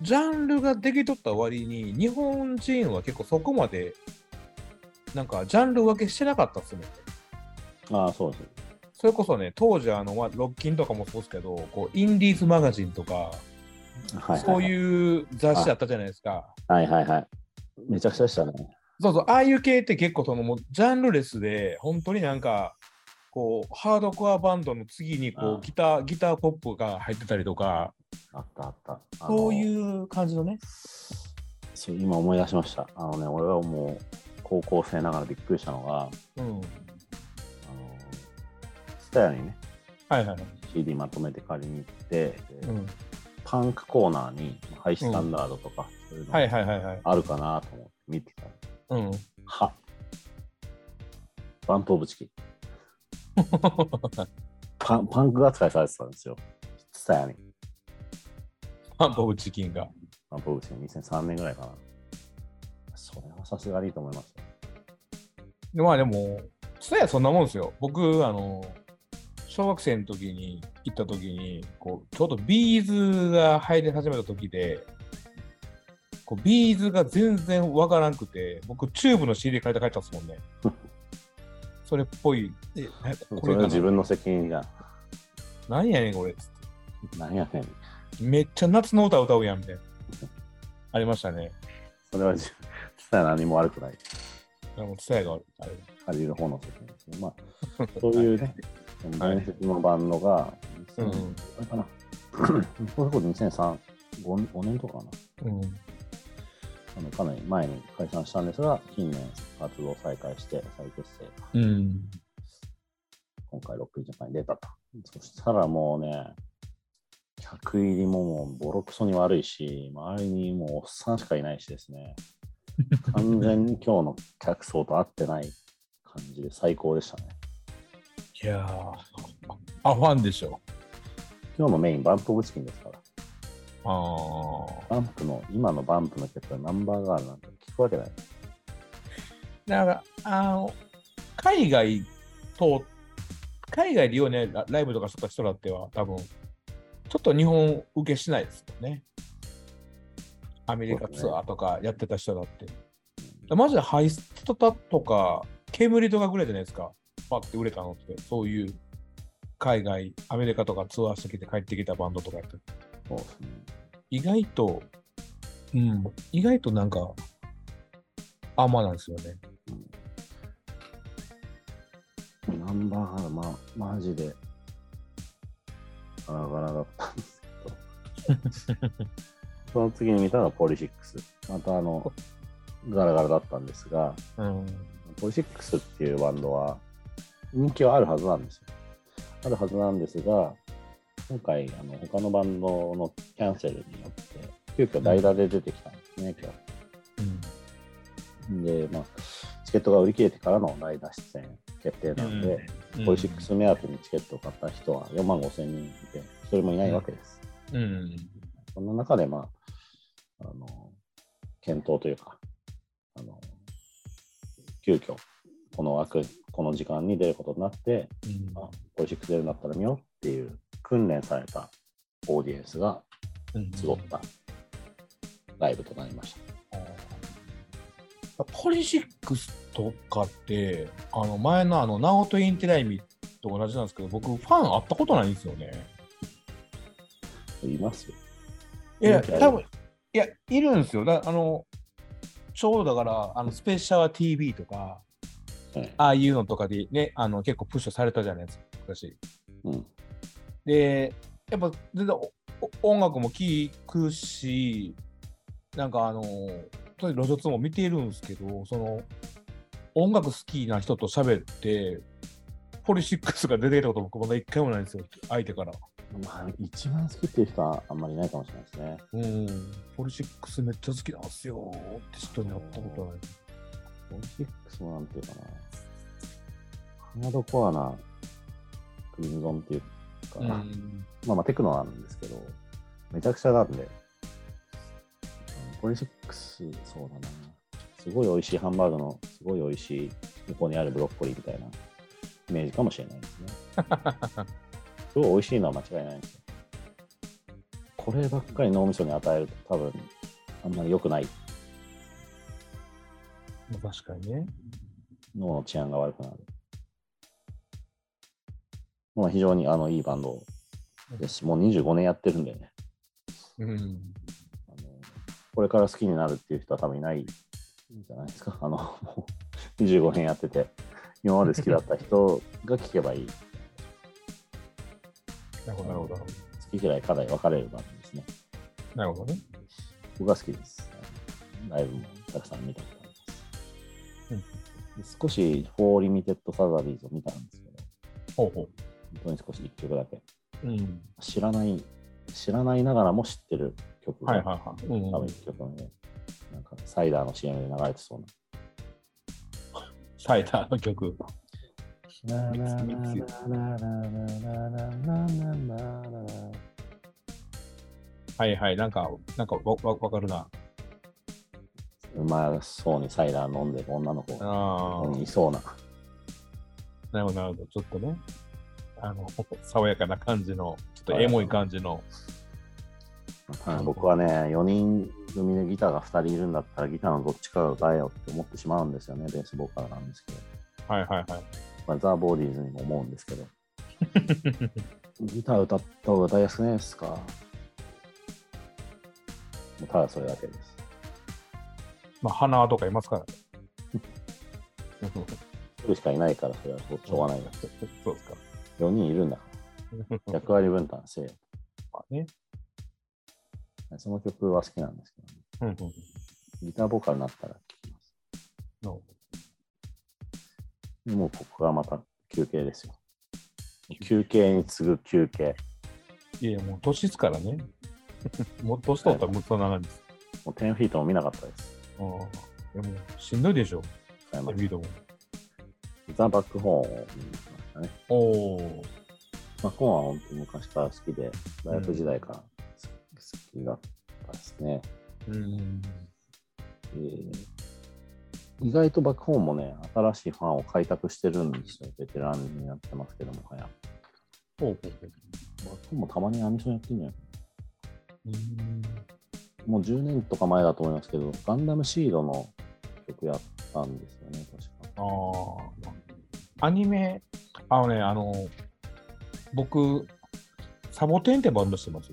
ジャンルができとった割に、日本人は結構そこまで、なんかジャンル分けしてなかったっすもんね。
ああ、そうですね。
それこそね、当時あの、まあ、ロッキンとかもそうですけど、こうインディーズマガジンとか、
はいはいはい、
そういう雑誌あったじゃないですか。
はいはいはい。めちゃくちゃでしたね。
そうそう、ああいう系って結構そのもうジャンルレスで、本当になんか、こうハードコアバンドの次にこ
あ
うギター、ギターポップが入ってたりとか、
あったあった。あの
そういう感じのね。
そう今思い出しました。あのね、俺はもう高校生ながらびっくりしたのが、
うん。
蔦屋にね、
はいはいはい。
CD まとめて借りに行って、で
うん。
パンクコーナーにハイスタンダードとか、そういうの
はいはいはいはい。
あるかなと思って見てたら、
うん。 [laughs]
はバンプオブチキンパン、パンク扱いされてたんですよ。蔦屋に。
ハンポブチキンが。
バンプオブチキン2003年ぐらいかな。それはさすがにいいと思いますよ。
でまあでも、そやそんなもんですよ。僕、あの、小学生の時に行った時に、こう、ちょうどビーズが入り始めた時で、こうビーズが全然わからんくて、僕、チューブの CD 借りて帰ったんですもん
[laughs]
ね。それっぽい。え、え
そ
これ
れは
か
自
な
分の責任じゃん。
何やねん、これ。つっ
なんやねん。
てめっちゃ夏の歌歌うやん、みたいな。ありましたね。
それは自分、蔦屋何も悪くない。
でもう、つやがあれ。
借りる方の責任ですね。まあ、そういうね、伝説のバンドが、
うん
2000あれかな、それこそ2003、5, 5年とかかな
うん。
あの、かなり前に解散したんですが、近年活動を再開して、再結成、
うん。
今回ロックインジャパンに出たと。そしたらもうね、客入りももうボロクソに悪いし、周りにもうおっさんしかいないしですね、完全に今日の客層と合ってない感じで最高でしたね。
いやー、あ、ファンでしょ。
今日のメイン、バンプオブチキンですから。
ああ。
バンプの、今のバンプの曲はナンバーガールなんて聞くわけない。
だから、あの、海外と、海外でようね、ラライブとかしとった人だっては、多分ちょっと日本受けしないですよね。アメリカツアーとかやってた人だって。マジでハイストタとか、煙とかぐらいじゃないですか。パッて売れたのって、そういう海外、アメリカとかツアーしてきて帰ってきたバンドとかやって
そうですね。
意外と、うん、意外となんか、あんまなんですよね。
ナンバーガール、まあ、マジで、ガラガラだったんですけど。その次に見たのがポリシックス。またあの、ガラガラだったんですが、
うん。
ポリシックスっていうバンドは、人気はあるはずなんですよ。あるはずなんですが、今回、あの他のバンドのキャンセルによって、急遽代打で出てきたんですね、今日。
うん
で、まあ、チケットが売り切れてからの代打出演決定なんで、ポリシックス目当てにチケットを買った人は4万5千人いて、一人もいないわけです。
うん。
そんな中で、まあ、あの、検討というか、あの、急遽、この枠、この時間に出ることになって、
うん
まあ、ポリシックス出るんだったら見ようっていう訓練されたオーディエンスが
うん
集ったライブとなりました。
ポリシックスとかって、あの前のあの、ナオトインテライミと同じなんですけど、僕、ファン会ったことないんですよね。
いますよ。
いや、
インテライミ
多分いや、いるんですよ。だあの、ちょうどだから、あのスペシャル TV とか、
はい
ああいうのとかでね、あの結構プッシュされたじゃないですか、昔。
うん。
で、やっぱ全然おお音楽も聴くし、なんかあの、とにかく路上も見ているんですけど、その、音楽好きな人と喋って、ポリシックスが出てきたこと僕まだ一回もないんですよ、相手から。
まあ、一番好きっていう人はあんまりいないかもしれないですね。
うん、ポリシックスめっちゃ好きなんですよって人に会ったことない。
ポリシックスもなんていうかな、ハードコアなクリムゾンっていうか、
う
ま
ん、
あまあテクノなんですけど、めちゃくちゃなんで、うんポリシックス、そうだな、すごい美味しいハンバーグの、すごい美味しい向こうにあるブロッコリーみたいなイメージかもしれないですね。
[laughs]
すごい美味しいのは間違いないんですよ。こればっかり脳みそに与えると多分、あんまり良くない
確かにね。
脳の治安が悪くなる。まあ、非常にあのいいバンドですし、もう25年やってるんでね
うん、
あの、これから好きになるっていう人は多分いないんじゃないですか。あのもう25年やってて、今まで好きだった人が聞けばいい。
なるほど、なるほど。
好き嫌い課題分かれるバンドですね。
なるほどね。
僕は好きです。あのライブもたくさん見たことあります。で少しフォーリミテッドサザビーズを見たんですけど、
ほうほう。
当に少し1曲だけ。
うん。
知らない、知らないながらも知ってる曲が、
はいはいはい。うん
多
う
分
ん、
1曲なんで、なんかサイダーの CM で流れてそうな。
サイダーの曲。はいはい。なんか、なんかわわわかるな。
うまそうにサイダー飲んでる女の子が
ああ、
いそうな。
なるほどなるほど。ちょっとね、あの、爽やかな感じの、ちょっとエモい感じの。
僕はね、4人組でギターが2人いるんだったら、ギターのどっちかが歌えよって思ってしまうんですよね、ベースボーカルなんですけど。
はいはいはい。
まあ、ザ・ボーディーズにも思うんですけど。ギター歌った方が歌いやすくないですかもうただそれだけです。
まあ、花とかいますからね。 [laughs]
一人しかいないから、それはしょうがないです。
そう [laughs] ですか。
4人いるんだから。役割分担せえよ。
まあね。
その曲は好きなんですけど、ね、
うんうん
ギターボーカルになったら聴きます。
の
でもうここがまた休憩ですよ。休憩に次ぐ休憩。
いや、もう年ですからね。もう年取ったらもうそんな感じです。
もう10フィートも見なかったです。
うん。でも、しんどいでしょ、
買いま
ビートも。
したザ・バックホーンを見に行きましたね。
おお
まあ、コーンは本当に昔から好きで、大学時代から好きだったですね。
ー。うん。
えー意外とバックホーンもね、新しいファンを開拓してるんですよ。ベテランになってますけども、はや。
ほうほうほう
バックホーンもたまにアニソンやってんじゃない
うん。
もう10年とか前だと思いますけど、ガンダムシードの曲やったんですよね、確か。
ああ。アニメ、あのね、あの、僕、サボテンってバンドしてます。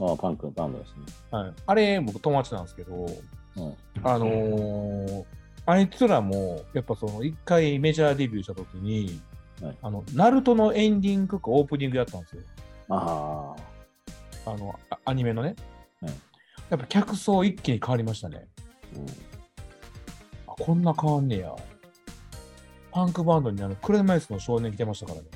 ああ、パンク、バンドです
はい。あれ、僕、友達なんですけど、
ね。はい
あのーあいつらも、やっぱその、一回メジャーデビューしたときに、
はい
あの、ナルトのエンディングかオープニングやったんですよ。
あ
あの、あアニメのね。
うん
やっぱ客層一気に変わりましたね。
あ、う
あ
ん。
こんな変わんねや。パンクバンドにあの車椅子の少年来てましたからね。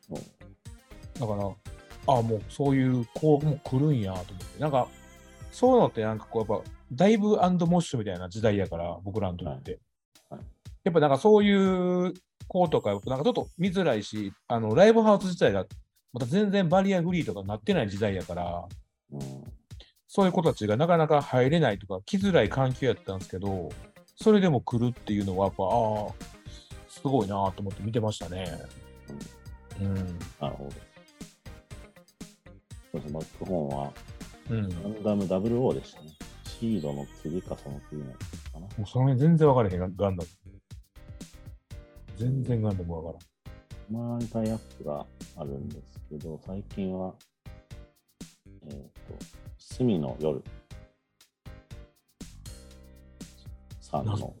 そう
だから、あもうそういう子も来るんやと思って。なんか、そういうのってなんかこうやっぱ、ダイブモッシュみたいな時代やから、僕らの時って。
はいはい
やっぱなんかそういう子とか、なんかちょっと見づらいし、あのライブハウス自体がまた全然バリアフリーとかなってない時代やから、
うん
そういう子たちがなかなか入れないとか、来づらい環境やったんですけど、それでも来るっていうのは、やっぱ、ああ、すごいなと思って見てましたね。うん。
なるほど。そうですねバックホーンは、
うん。
ガンダム00でしたね。シードの次かその次の次かな。
もうその辺全然分からへん、ガンダム。全然ガンダム分か
たまにタイアップがあるんですけど、最近は、えっ、と、隅の夜さん
な
の、
んか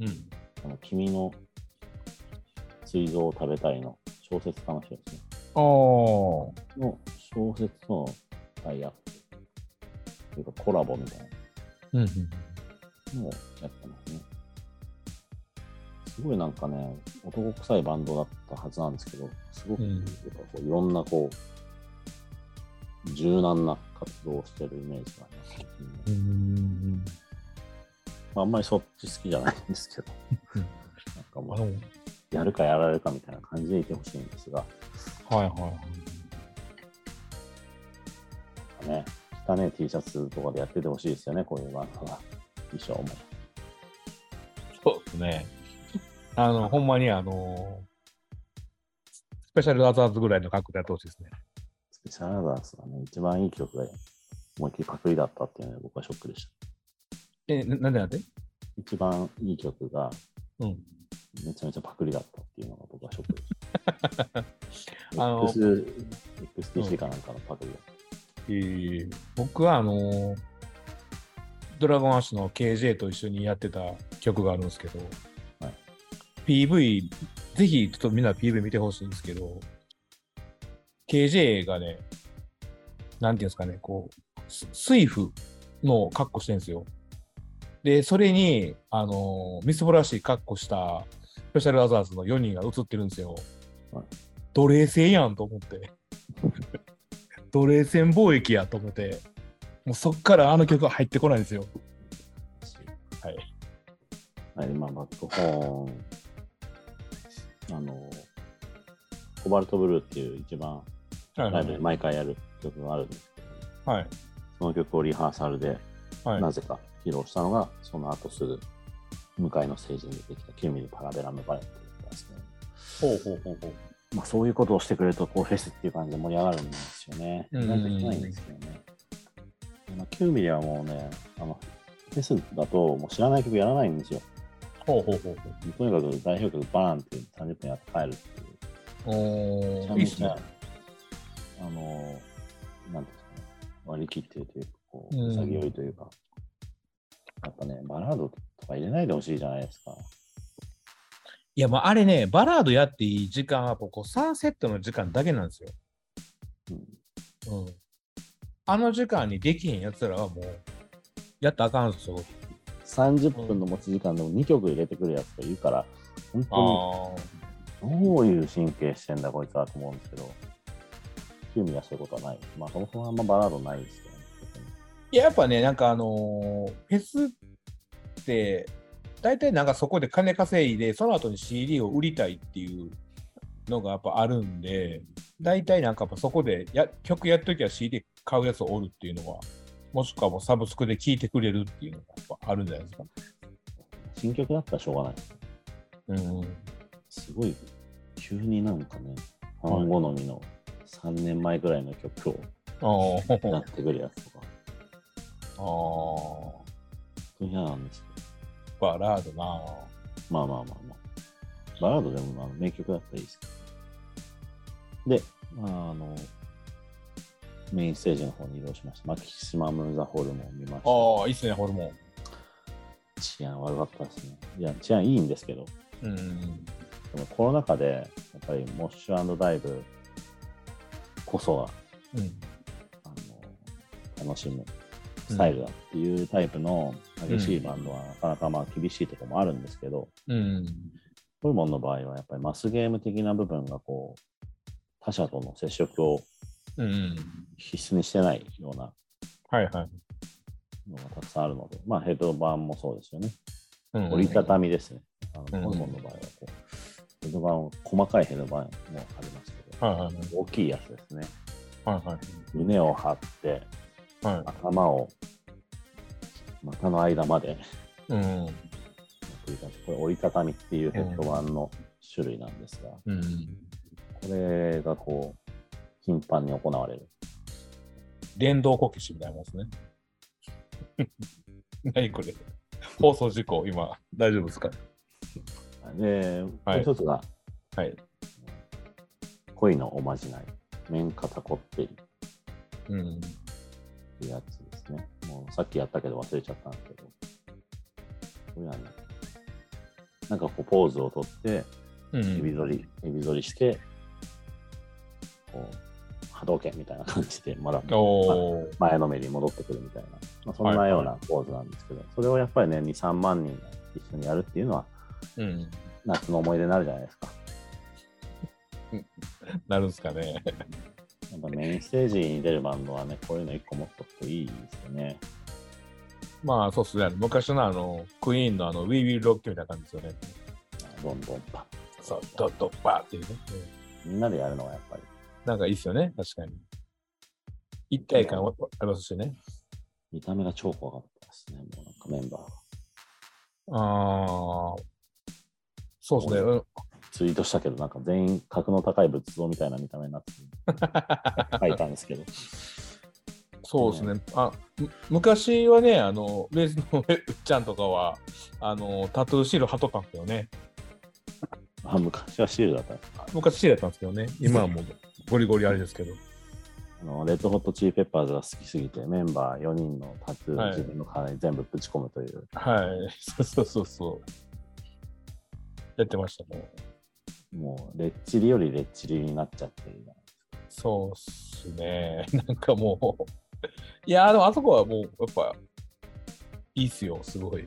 らん。うん。
あの君の膵臓を食べたいの小説家の人ですね。
ああ。
の小説とのタイアップというかコラボみたいな。
うんうん。
のをやってますね。すごいなんかね、男臭いバンドだったはずなんですけど、すごく、
うん
やっぱこういろんなこう、柔軟な活動をしてるイメージがあります、
うーん。
まあ、あんまりそっち好きじゃないんですけど、なんか
あ
もう、
の、はい
やるかやられるかみたいな感じでいてほしいんですが、
はいはい。
ね、汚ね T シャツとかでやっててほしいですよね、こういうバンドは。衣装も。
そうですね。あの、ほんまにあのスペシャルアザーズぐらいの格好でやってほしいですね。
スペシャルアザーズはね、一番いい曲が思いっきりパクリだったっていうので僕はショックでした。
え、ななんでなんで
一番いい曲が
うん。
めちゃめちゃパクリだったっていうのが僕はショックでし
[laughs]
た。
あの
X XTC かなんかのパクリだっ
えー僕はあのードラゴンアッシュの KJ と一緒にやってた曲があるんですけど、
は
PV、ぜひちょっとみんな PV 見てほしいんですけど、KJ がね、なんていうんですかね、こう、ススイフの格好してるんですよ。で、それに、あのーみすぼらしい格好したスペシャルアザーズの4人が映ってるんですよ。
はい
奴隷制やんと思って。奴隷戦貿易やと思って。もうそっからあの曲は入ってこないんですよ。はい。
はい、今、バックホーン、あの、コバルトブルーっていう一番
はい
ラ
は
イブで
い。
毎回やる曲があるんですけど、
はい。
その曲をリハーサルで
はい、
なぜか披露したのが、その後すぐ、向かいのステージに出てきた9ミリパラベラムバレットだったんですけ
ほ
ど、
うほうほうほう。
まあ、そういうことをしてくれると、こう、フェスっていう感じで盛り上がるんですよね。
うん
なんかできないんですけどね。まあ、9ミリはもうね、あの、フェスだと、もう知らない曲やらないんですよ。
ほうほうほうほう。
とにかく代表曲バーンって30分やって帰るっていう。
お
め
ーいいっす
ちゃ
ね
めち。ゃあのー、なんていうんですかね、割り切ってるというか、こう、
うん
潔いというか、やっぱね、バラードとか入れないでほしいじゃないですか。
いや、まあ、あれね、バラードやっていい時間は、こう、サンセットの時間だけなんですよ。
うん、
うん。あの時間にできへんやつらはもう、やったらあかんっすよ。
30分の持ち時間でも2曲入れてくるやつがいるから、本当
ああ。
にどういう神経してんだ、こいつはと思うんですけど、興味がそういうことはない。まあ、そもそもあんまバラードないですけどね。
いや、やっぱね、なんかあのーフェスって、大体なんかそこで金稼いで、その後に CD を売りたいっていうのがやっぱあるんで、大体なんかやっぱそこでや曲やっときは CD 買うやつおるっていうのは、もしくはもうサブスクで聴いてくれるっていうのがやっぱあるんじゃないですか。
新曲だったらしょうがない。
うん。
すごい、急になんかね、ファン好みの3年前ぐらいの曲を
あー
やってくるやつとか、
あー、
そういうのなんですけ
バラードなぁ。
ど、まあまあまあまあ。バラードでもまあ名曲だったらいいですけど。で、まあ、あの、メインステージの方に移動しました。マキシマム・ザ・ホルモンを見まし
ああ、いいっすね、ホルモ
た。治安悪かったですね。いや、治安いいんですけど、
ン。うん。
でもコロナ禍で、やっぱりモッシュダイブこそは
うん。
あの楽しむスタイルだっていうタイプの激しいバンドはなかなかまあ厳しいところもあるんですけど、
うん。
ホルモンの場合はやっぱりマスゲーム的な部分がこう他者との接触を
うん。
必須にしてないような
はいはい。
のがたくさんあるので、まあ、ヘッドバンもそうですよね。
うん
折りたたみですね。あ
うん
のホルモンの場合はこうヘッドバンを細かいヘッドバンもありますけ
はいはい
ど、大きいやつですね。
はいはい。
胸を張って
は
頭を股の間まで
い。うん。
これ折りたたみっていうヘッドバンの種類なんですが、
うん。
これがこう頻繁に行われる
電動こけしみたいなもんですね。 [laughs] 何これ放送事故、今、大丈夫ですか
で、
はい
もう一つが、
はい
恋のおまじない面肩こってりっ
うん。
ていうやつですねもうさっきやったけど忘れちゃったんですけどこれなんだっけなんかこうポーズをとって
う
エビ
ん。
反り、エビ反りしてこう波動拳みたいな感じでまだ
おー。
前のめりに戻ってくるみたいな、まあ、そんなようなポーズなんですけど、それをやっぱりね、2、3万人が一緒にやるっていうのは、
うん。
夏の思い出になるじゃないですか。
なるんすかね。
やっぱメインステージに出るバンドはね、こういうの1個持っとくといいですよね。
まあ、そうっすね。昔のあの、クイーンのあの、We Will Rock You みたいな感じですよね。
どんどんパッ。
そう、ドッドッバーっていうね。うん
みんなでやるのがやっぱり、
なんかいいっすよね、確かに。一体感はありますしね。
見た目が超怖かったですね、もうなんかメンバーが。
ああ。そうですね。うん
ツイートしたけど、なんか全員格の高い仏像みたいな見た目になってて
[laughs]
書いたんですけど、
そうですね。あむ昔はね、あの、レースのうっちゃんとかは、あの、タトゥーシール貼っとったんですけどね。
あ昔はシールだったんです
昔シールだったんですけどね。今はもう、ゴリゴリあれですけど。
あのレッドホットチーペッパーズが好きすぎて、メンバー4人のタトゥーを
はい
自分の体に全部ぶち込むという、
はい。そうそうそうそう。やってましたね。
もう、レッチリよりレッチリになっちゃってるな。
そうっすね。 [laughs] なんかもう、いやー、でもあそこはもう、やっぱ、いいっすよ、すごい。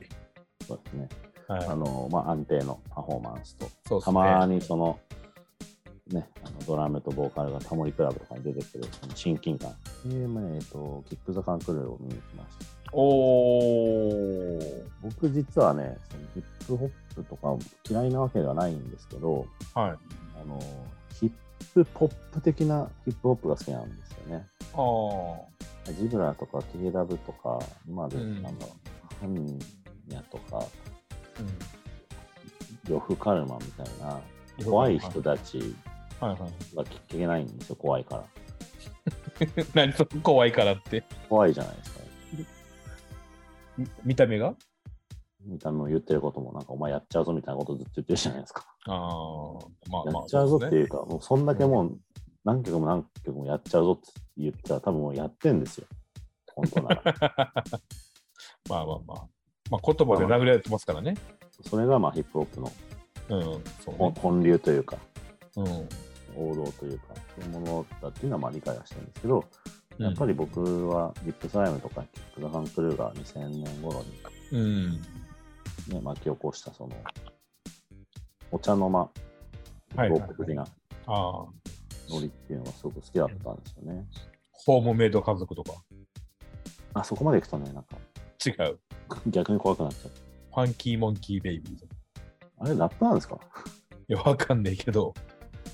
そうですね。
はい
あ。の、まあ、安定のパフォーマンスと、
そうっすね
たまにその、ね、あのドラムとボーカルがタモリクラブとかに出てくるその親近感。で、まあえっ、と、キック・ザ・カンクルーを見に行きました。
おー。
僕実はね、そのヒップホップとか嫌いなわけではないんですけど、
はい。
あの、ヒップポップ的なヒップホップが好きなんですよね。
あー。
ジブラとか KW とか、今で、
うん
なんだろう、ハンニャとか、
うん
呂布カルマみたいな、怖い人たち
はいはい。
は聞けないんですよ、怖いから。
何その怖いからって。
怖いじゃないですか。
み見た目が
見た目も言ってることも、なんかお前やっちゃうぞみたいなことずっと言ってるじゃないですか。
ああ、まあ
や
まあ。
っちゃうぞって
ね
いうか、もうそんだけもう何曲も何曲もやっちゃうぞって言ってたら、多分もうやってんですよ。本当なら。
まあまあまあ。まあ言葉で殴り合ってますからね。
それがまあヒップホップの
うん、そう
本
ね。
本流というか、
うん。
王道というか、そういうものだっていうのはまあ理解はしてるんですけど、やっぱ
り。
り僕はリップスライムとかキック・ザ・ハンクルーが2000年頃に、
うん。
ね、巻き起こしたその、お茶の間、ヒップホップ的な
ああ。
ノリっていうのがすごく好きだったんですよね。
ホームメイド家族とか。
あ、そこまでいくとね、なんか
違う。
逆に怖くなっちゃう。
ファンキーモンキーベイビーとか。
あれ、ラップなんですか
いや、わかんないけど。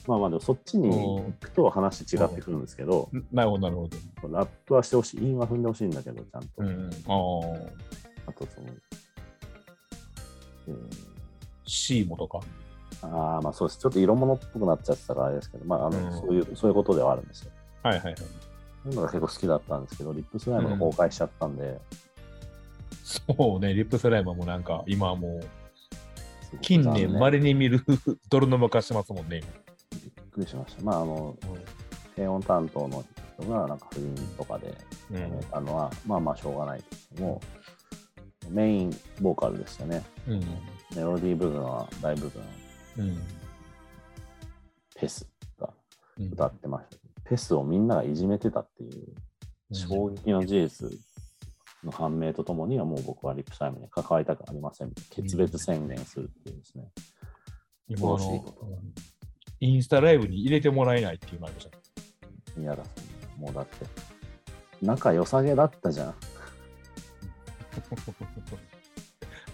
まあまあでもそっちに行くと話違ってくるんですけど、
んなるほど、なるほど。
ラップはしてほしい、韻は踏んでほしいんだけど、ちゃんと。
うん。ああ。
あとその、え
シーモとか。
ーああ、まあそうです。ちょっと色物っぽくなっちゃってたからあれですけど、まああの、
うん
そういう、そういうことではあるんですよ。
はいはいはい。
そういうのが結構好きだったんですけど、リップスライムが崩壊しちゃったんで、
そうね、リップスライムもなんか、今はもう、
すごく
近
残
年
念
まれに見る [laughs] 泥沼化してますもんね、
びっくりしました。まああの、
今。
低音担当の人がなんか不倫とかで
う
や
ん
め。たのは、まあまあしょうがないですけども、メインボーカルですよね。
うん。
メロディー部分は大部分
うん。
ペスが
うん
歌ってましたけど、ペスをみんながいじめてたっていう衝撃の事実の判明とともにはもう僕はリップサイムに関わりたくありません決別宣言するっていうですね、
今あ
恐ろしい
の
ことだ
インスタライブに入れてもらえないっていうのありました。
宮田さんもうだって仲良さげだったじゃん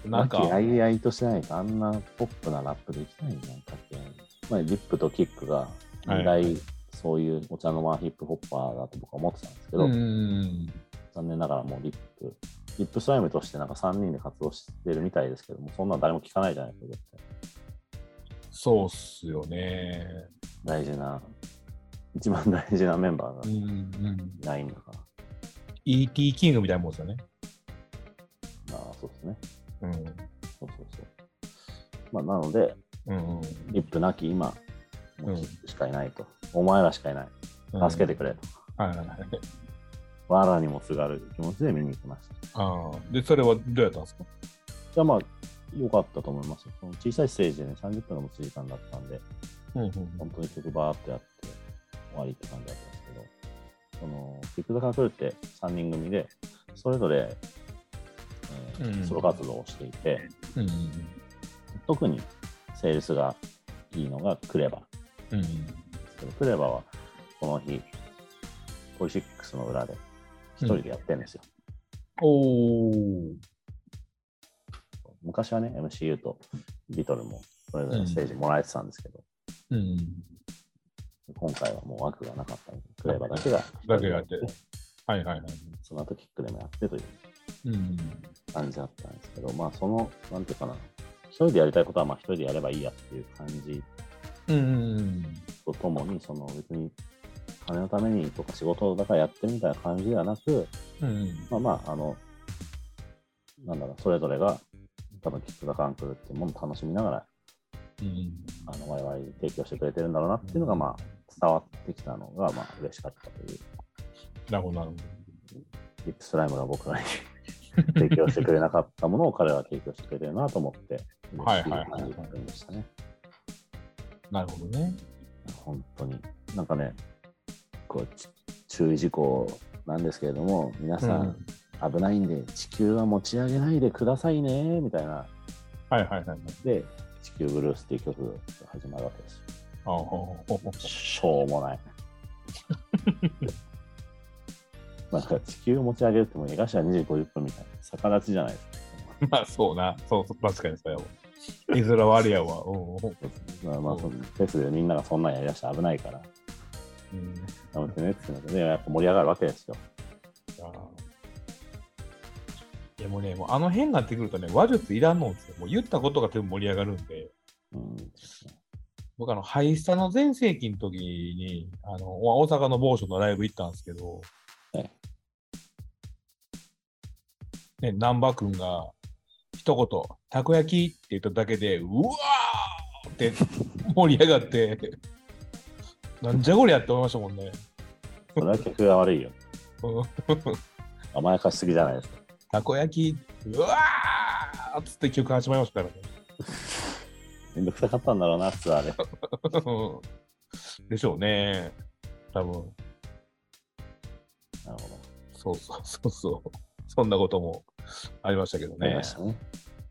なんか、
和気あいあいとしてないとあんなポップなラップできないじゃんかって、まあ、リップとキックが
はい
二大そういうお茶の間ヒップホッパーだと僕は思ってたんですけど、
うん。
残念ながらもうリップ、リップスライムとしてなんか3人で活動してるみたいですけども、そんなの誰も聞かないじゃないですか、絶対
そうっすよね。
大事な、一番大事なメンバー
う
が
ん
い
うん。
ないんだから。
E.T. キングみたいなもんですよね。
まあそうですね。
うん。
そうそうそう。まあなので、
うん
リップなき今、もう
うん
キックしかいないと。お前らしかいない。
うん。
助けてくれと。
はいはいはい。
わらにもすがる気持ちで見に行きました。
ああ。で、それはどうやったんですか
いやまあ、良かったと思いますよ。その小さいステージでね、30分の持ち時間だったんで、
うんうん
本当に曲バーってやって終わりって感じだったんですけど、その、キックザカクルって3人組で、それぞれ、えー
うん
ソロ活動をしていて、
うん。うん
特にセールスがいいのがクレバ
うん。
ですけど、クレバはこの日、ポリシックスの裏で一人でやってるんですよ。
おー。
昔はね、MCU とビトルもそれぞれステージもらえてたんですけど、
うん。
今回はもう枠がなかったので、クレバだけが、
だけやって。はいはいはい。
その後キックでもやってという
うん。
感じだったんですけど、まあその、なんていうかな、一人でやりたいことはまあ一人でやればいいやっていう感じ
うん。
とともに、その別に金のためにとか仕事だからやってるみたいな感じではなく、
うん。
まあまあ、あの、なんだろう、それぞれが、多分キックザカンクルっていうものを楽しみながら、
うん。
あの我々に提供してくれてるんだろうなっていうのが、まあ、伝わってきたのが、まあ、嬉しかったという、
なるほどなるほど。
リップスライムが僕らに [laughs] 提供してくれなかったものを彼らは提供してくれてるなと思って、
はいはいはいはい
嬉しい感じでしたね。
なるほどね。
本当に。なんかね、こう、ち注意事項なんですけれども、皆さん、危ないんで、地球は持ち上げないでくださいね、みたいな。
はいはいはいはい。
で、地球ブルースっていう曲が始まるわけですよ。
あああほうほうほう
しょうもない。なんか地球を持ち上げるってもう東は2時50分みたいな逆立ちじゃないです
[laughs] まあそうな、そうそう、確かにそうやわ。いずれはあれや [laughs] わ。うんうん
か。まあまあ、
うん
そのフェスでみんながそんなんやりだしたら危ないから、
うん
やめてねっていうので、ね、やっぱ盛り上がるわけですよ。
あーいやもうね、もうあの辺になってくるとね、話術いらんのんですよ。もう言ったことが全部盛り上がるんで、
うん。
僕あの、ハイスタの全盛期の時に、あの、お大阪の某所のライブ行ったんですけど、
はい
ね、難波君が、一言、たこ焼きって言っただけで、うわーっ
[laughs]
て盛り上がって、なんじゃこりゃって思いましたもんね。
それは客が悪いよ。
うん
甘やかしすぎじゃないですか。
たこ焼き、うわーっつって曲始まりましたからね。
めんどくさかったんだろうな、ツアーで。
[laughs] でしょうね。多分
なるほど。
そうそうそうそう。そんなこともありましたけど
あり
ね
まし。たね。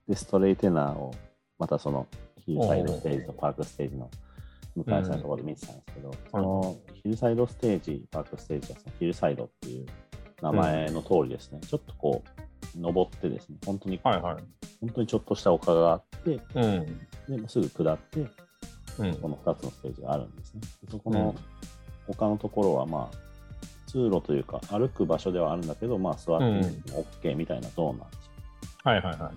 で、ストレイテナーを、またその、ヒルサイドステージとパークステージの向かいさんのところで見てたんですけど、そのヒルサイドステージ、パークステージはそのヒルサイドっていう名前の通りですね、ちょっとこう、登ってですね、本当に、
はいはい。
本当にちょっとした丘があって、
うん。
ですぐ下って、
うん
こ。の2つのステージがあるんですね。でそこの他のところは、まあ、通路というか、歩く場所ではあるんだけど、まあ、座ってみても OK みたいなゾーンなんですよ。
はいはいは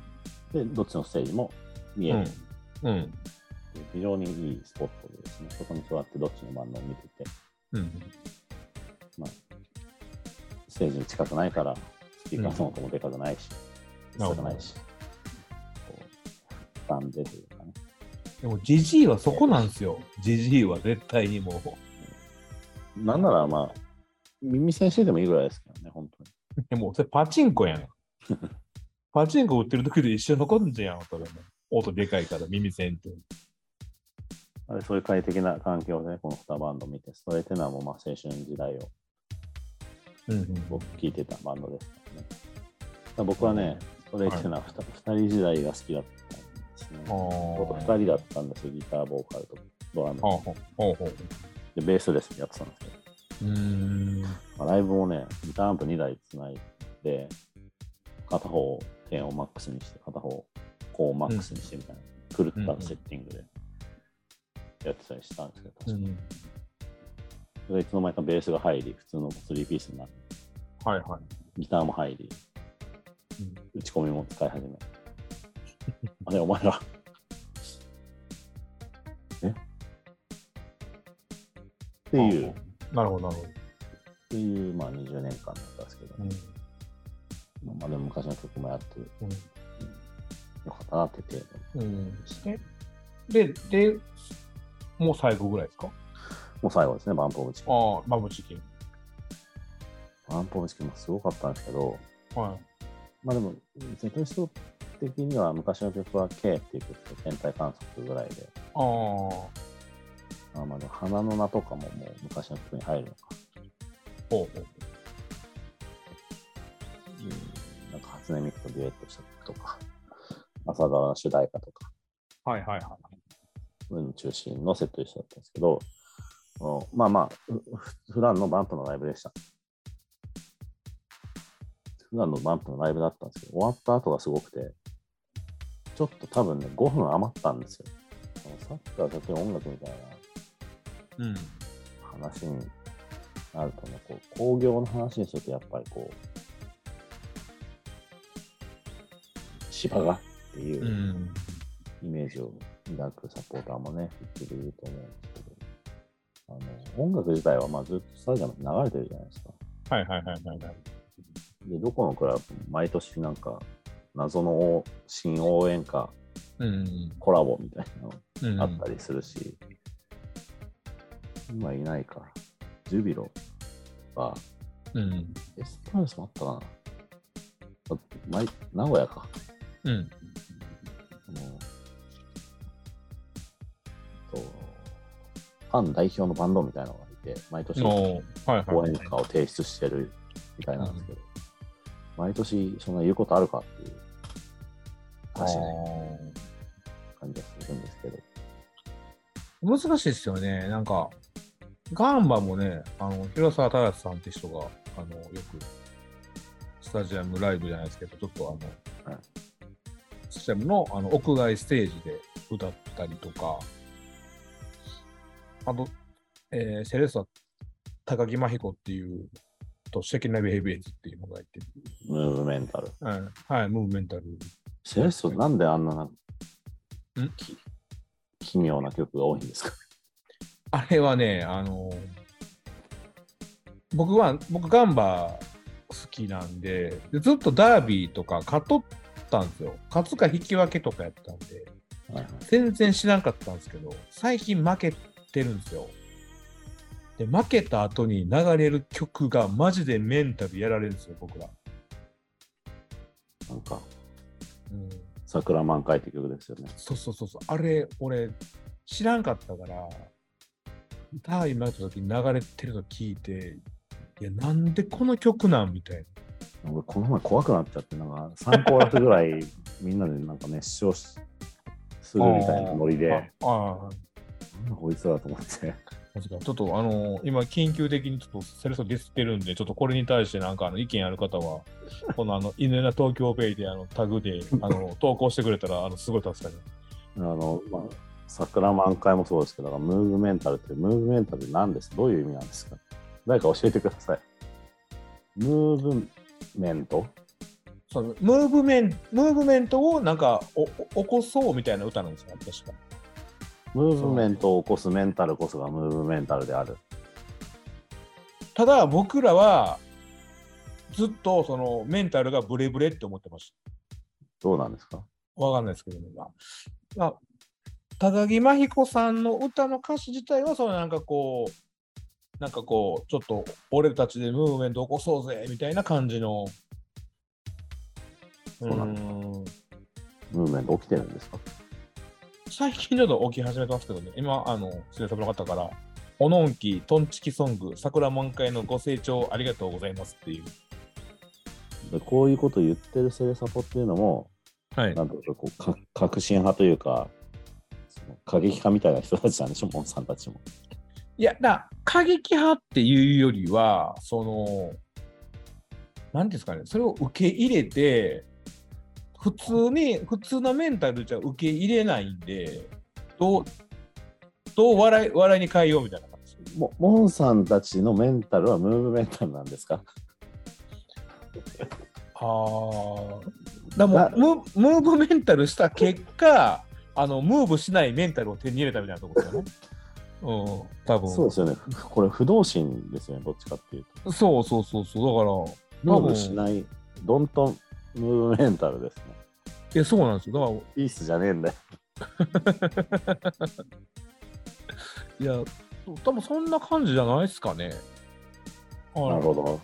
で、どっちのステージも見
い。
え
う
る。
ん。うん。
非常にいいスポットでですね、そこに座ってどっちのバンドを見てて、
うん。
まあ、ステージに近くないから、スピーカーの音もでかくないし、
なるほ
小さ
ど
くないし、こう負担でというかね、
でも、ジジイはそこなんですよ。ジジイは絶対にもう。
なんならまあ、耳栓してでもいいぐらいですけどね、本当に。
でも、それパチンコや [laughs] ん。パチンコ売ってる時で一緒に残るんじゃん、それも。音でかいから耳栓って。
あれそういう快適な環境でね、この2バンドを見て、ストレーテナーもまあ青春時代を
うん
僕聴いてたバンドですからね。だから僕はね、ストレーテナー 2,、二人時代が好きだったんですね。僕
あ
2人だったんですよ、ギター、ボーカルとドラム
あ。ほうほうほうほう。
で、ベースですねやってたんですけど、
うーん。
まあライブもね、ギターアンプ2台つないで、片方点をマックスにして、片方こうマックスにしてみたいな、狂ったセッティングでやってたりしたんですけど、確か
うん
それいつの間にかベースが入り、普通の3ピースになる、
はいはい。
ギターも入り、
うん
打ち込みも使い
[laughs]
始め。あれ、お前ら。えっていう。
なるほど、なるほど。
っていう、まあ、20年間だったんですけど、
うん
まあ、でも昔の曲もやってよかったなって程度
うんうん、で、で、もう最後ぐらいですか
もう最後ですね、バンプオブチキン。
ああ、バブチキン。
バンプオブチキンもすごかったんですけど、
は
まあでも、セトリスト的には昔の曲は K っていう曲と天体観測ぐらいで、
い。ああ、
あまあでも花の名とかももう昔の曲に入るのか、
ほうほう。
うん、なんか初音ミクとデュエットした曲とか、朝ドラの主題歌とか、
はいはいはい。
そういうの中心のセットリストだったんですけど、あのまあまあ、ふふ普段のバンプのライブでした。普段のバンプのライブだったんですけど、終わった後がすごくて、ちょっと多分ね、5分余ったんですよ。あのサッカーだけ音楽みたい
うん。
な話になるとね、こう工業の話にするとやっぱりこう、芝がっていう。
うん。
イメージを抱くサポーターもね、いっぱいいると思うんですけど、あの音楽自体はまあずっとスタジアムで流れてるじゃないですか。
はいはいはいはいはい。
で、どこのクラブも毎年なんか、謎の新応援歌
うん。
コラボみたいなの
うん、
あったりするし、今いないか、ジュビロとか、
うん。
エスパルスもあったかな。あ前名古屋か。
うん。
あのと、ファン代表のバンドみたいなのがいて、毎年応
の、はいはい。
援歌を提出してるみたいなんですけど、毎年そんな言うことあるかっていう
ああ
話な感じがするんですけど、
難しいですよね。なんか、ガンバもね、あの広沢忠さんって人が、あのよく、スタジアムライブじゃないですけど、ちょっとあの、
うん
スタジアムのあの屋外ステージで歌ったりとか、あと、えーセレッサ高木真彦っていう、と、シェキナビヘビーズっていうのがいて、
ムーブメンタル。
はい、はい、ムーブメンタル。
セレッソ、なんであんな
うん
き奇妙な曲が多いんですか
あれはね、あの僕は、僕、ガンバ好きなんででずっとダービーとか勝っとったんですよ。勝つか引き分けとかやったんで、
はいはい
全然知らんかったんですけど、最近負けてるんですよ。で、負けた後に流れる曲がマジでメンタルやられるんですよ、僕ら。
なんか、
うん、
桜満開って曲ですよね。
そうそうそうそう。あれ、俺、知らんかったから、歌今やった時に流れてるの聞いて、いや、なんでこの曲なんみたいな。
俺、この前怖くなっちゃって、なんか3コーラスぐらいみんなでなんか熱唱しするみたいなノリで、なん
あああ、
だこいつらと思って。
マジか。ちょっと、あのー今、緊急的にちょっとセレソディスってるんで、ちょっとこれに対してなんかあの意見ある方
[laughs]
は、このあの、犬な東京ペイであのタグであの投稿してくれたら、あのすごい助かります。
あの、まあ、桜満開もそうですけど、ムーブメンタルって、ムーブメンタルって何ですどういう意味なんですか誰か教えてください。ムーブメント
そのムーブメンムーブメントをなんかおお起こそうみたいな歌なんですよ、確か。
ムーブメントを起こすメンタルこそがムーブメンタルである。
ただ僕らはずっとそのメンタルがブレブレって思ってまし
どうなんですか
た。わかんないですけどね。まあまあ、高木真彦さんの歌の歌詞自体はそのなんかこうなんかこうちょっと俺たちでムーブメント起こそうぜみたいな感じの。
そうなんだ
ーん
ムーブメント起きてるんですか
最近ちょっと起き始めてますけどね、今、あの、失礼されなかったから、おのんき、トンチキソング、桜満開のご清聴ありがとうございますっていう。
でこういうことを言ってるセレサポっていうのも、
はい
なんとかこうか革新派というか、その過激派みたいな人たちなんでしょ、モンさんたちも。
いや、だ過激派っていうよりは、その、なんていうんですかね、それを受け入れて、普通に、普通のメンタルじゃ受け入れないんで、どう、どう笑い笑いに変えようみたいな感じ。
もモンさんたちのメンタルはムーブメンタルなんですか
はあ。だからもうムムーブメンタルした結果、あのムーブしないメンタルを手に入れたみたいなところですよね。うん、多分
そうですよね。ふこれ不動心ですよね、どっちかっていうと。
そうそうそうそう。だから、
ムーブしない、どんとムーブメンタルですね。
え、そうなんですよ。だから、
ピースじゃねえんだよ。
いや、多分そんな感じじゃないですかね。
なる
は
ほど。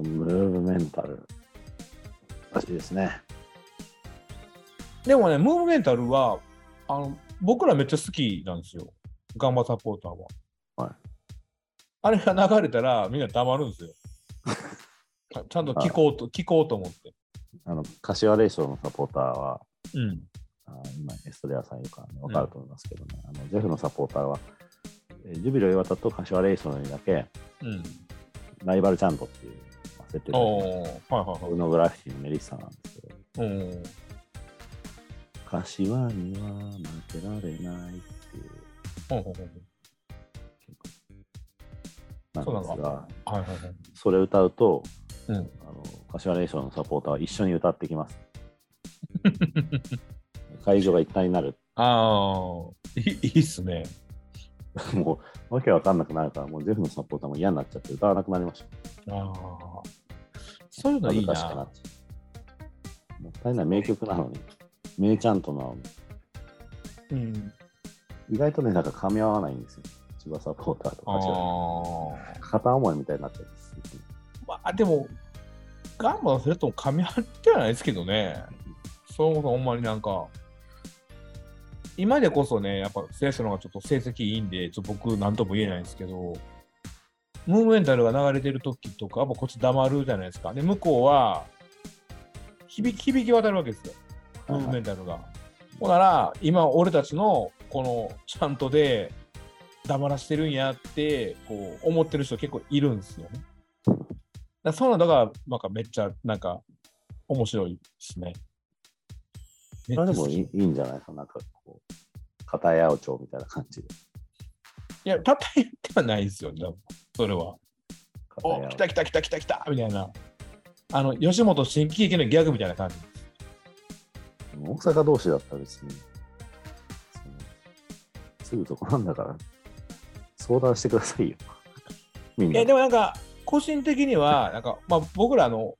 ムーブメンタル。らしいですね。
い、でもね、ムーブメンタルはあの、僕らめっちゃ好きなんですよ。ガンバサポーターは。
はい
あれが流れたら、みんな黙るん
[laughs]
ですよ。ちゃちゃんと聞こうと、聞こうと思って。
あの、柏レイソーのサポーターは、
うん。
あ今エストレアさんいるからね、わかると思いますけどね、あのジェフのサポーターは、えージュビロ磐田と柏レイソーにだけ、
うん。
ライバルチャントっていう、まあ、設
お
定で、
おはいはい
僕のグラフィティのメリッサなんですけど、
はい。うん。
柏には負けられないっていう
ほんほんほん
曲なんです
そうな
が、
はいはいはい。
それ歌うと、
うん
あの柏レイソーのサポーターは一緒に歌って
[laughs]
きます。会場が一体になる。
ああ、いいいっすね。
もう、わけわかんなくなるから、もうジェフのサポーターも嫌になっちゃって歌わなくなりました。
ああ。そういうのい
恥ず
い
かしくな
な
っ。ちゃう。もったいない名曲なのに、名ちゃんとの
うん。
意外とね、なんか噛み合わないんですよ。千葉サポーターと
あ
か、
あ。
片思いみたいになっちゃうんです。
まあでも、ガンバのセレットも噛み合ってはないですけどね。それこそほんまになんか、今でこそね、やっぱセレッソの方がちょっと成績いいんで、ちょっと僕なんとも言えないんですけど、ムーブメンタルが流れてる時とか、やっぱこっち黙るじゃないですか。で、向こうは、響き響き渡るわけですよ。ムーブメンタルが。ほんなら、今、俺たちのこのちゃんとで黙らしてるんやってこう思ってる人結構いるんですよね。だからそういうのだからなんかめっちゃなんか面白いですね。めっち
あ
ゃ好
れでも
き
いいいいんじゃないですか、なんかこう、片八百長みたいな感じで。
いや、たった言ってはないですよ、多分それは。
片
お、来
八百
た来た来た来た来たみたいな。あの、吉本新喜劇のギャグみたいな感じ。
大阪同士だったら別に、そのすぐそこなんだから、相談してくださいよ。みん
い
な。
や、でもなんか、個人的には、なんか、まあ、僕らの、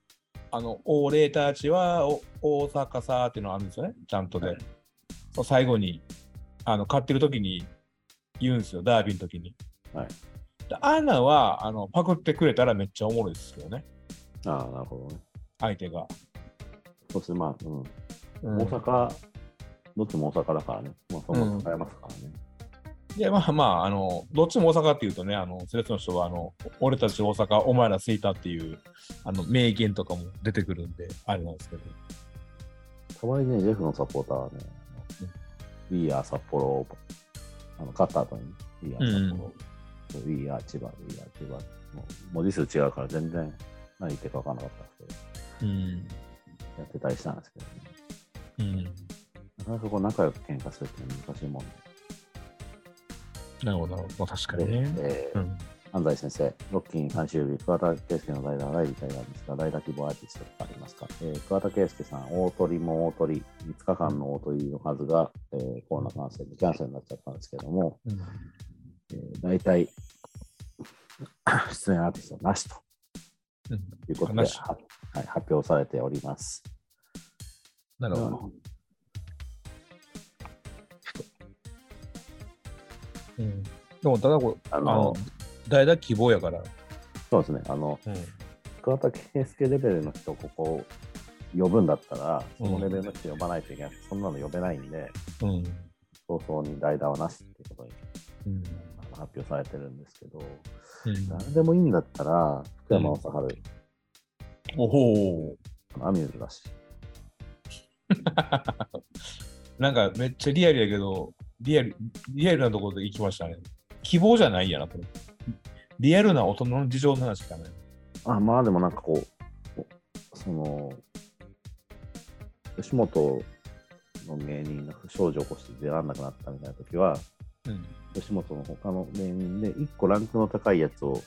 あの、オーレーターちは、お大阪さーっていうのがあるんですよね、ちゃんとで。
はい
そう最後に、あの、買ってる時に言うんですよ、ダービーの時に。
はい
でアンナは、あの、パクってくれたらめっちゃおもろいですけどね、
ああ、なるほどね。
相手が。
そしてまあ、う
う
ん。
ん
大阪、どっちも大阪だからね。まあ、そもそもえますからね。
で、まあまあ、あの、どっちも大阪っていうとね、あの、セレッソの人は、あの、俺たち大阪、お前ら着いたっていう、あの、名言とかも出てくるんで、あれなんですけど。
たまにね、ジェフのサポーターはね、あの We are 札幌をあの勝った後に、We are 札幌、We are 千葉、We are 千葉、もう文字数違うから全然何言ってるか分からなかったんです
うん。
けど、やってたりしたんですけどね。
うん。
なかなかこう仲良く喧嘩するって難しいもん
なるほど、なるほど。まあ確か
で、
にね。
えー
うん。
安西先生、ロッキン最終日、桑田佳祐の代打がリタイアですが、代打希望アーティストとかありますか、えー桑田佳祐さん、大鳥も大鳥、5日間の大鳥の数が、えーコロナ感染でキャンセルになっちゃったんですけども、
うん
えー、大体、 [laughs] 出演アーティストなしと
うん
いうことで、
なし
ははい、発表されております。
なるほど。うん。でも、ただこれ、
あ
あ
の
の、代打希望やから。
そうですね、あの、
うん。
桑田佳祐レベルの人をここを呼ぶんだったら、そのレベルの人呼ばないといけない、そんなの呼べないんで、
うん。
早々に代打はなしっていうことに
うん。
あの発表されてるんですけど、
うん
誰でもいいんだったら、福山雅治、
おほ
あのアミューズだし、
ー。なんか、めっちゃリアルやけど、リアル、リアルなところで行きましたね。希望じゃないんやな、これ。リアルな大人の事情の話かね。
あまあでもなんかこう、こうその、吉本の芸人が不祥事を起こして出られなくなったみたいな時は、
うん。
吉本の他の芸人で1個ランクの高いやつを、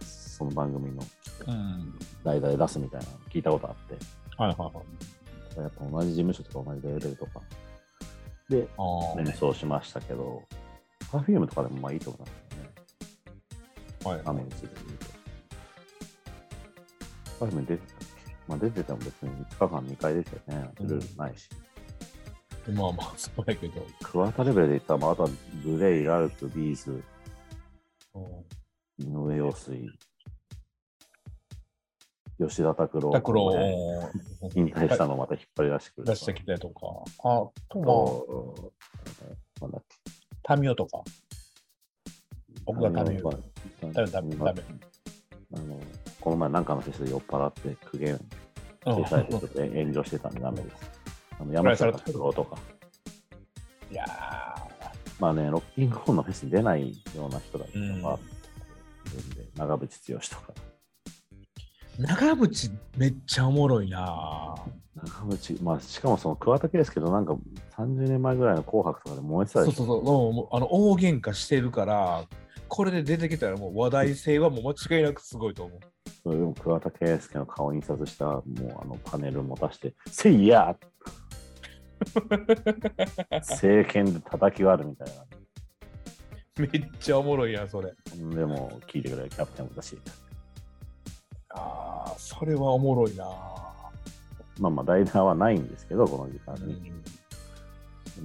その番組の
うん。
代打で出すみたいなの聞いたことあって、
はいはいはい。
やっぱ同じ事務所とか同じレベルとかで
ああ、
連想しましたけど、パフュームとかでもまあいいと思いますよね。
はい
アメについて言うと。パフューム出てたっけまあ出てても別に5日間2回出てね、
うん
ルールないし。
まあまあ、そうやけど。
クワタレベルで言ったら、まあ、あとはブレイ、ラルク、ビーズ、
う
井上陽水、吉田拓郎、
ん、タクロ
こ
を
こで引退したのをまた引っ張り出してくる。
出してきたりとか、あ
あ
と
と、なんだっけ
はタミオとか、僕が食べる
あの
食べる食べる食べる
あのこの前なんかのフェスで酔っ払って苦言
うん
小さいことで炎上してたんでダメです。あの山
らされ
下
た
達郎とか、
いや
まあね、ロッキングホーンのフェスに出ないような人だとか、
うん
自分で長渕剛とか、
ー長渕めっちゃおもろいな
長渕、まあ、しかもその桑田佳祐となんか30年前ぐらいの紅白とかで燃えてた
そう
で
そう
しょ。
そうもうあの大喧嘩してるからこれで出てきたらもう話題性はもう間違いなくすごいと思う
それでも桑田佳祐の顔を印刷したもうあのパネル持たして、せいや
[laughs]
政権で叩き割るみたいな。
めっちゃおもろいやんそれ
でも、聞いてくれるキャプテンもだし、
あーそれはおもろいな
まあまあ、代打はないんですけど、この時間に。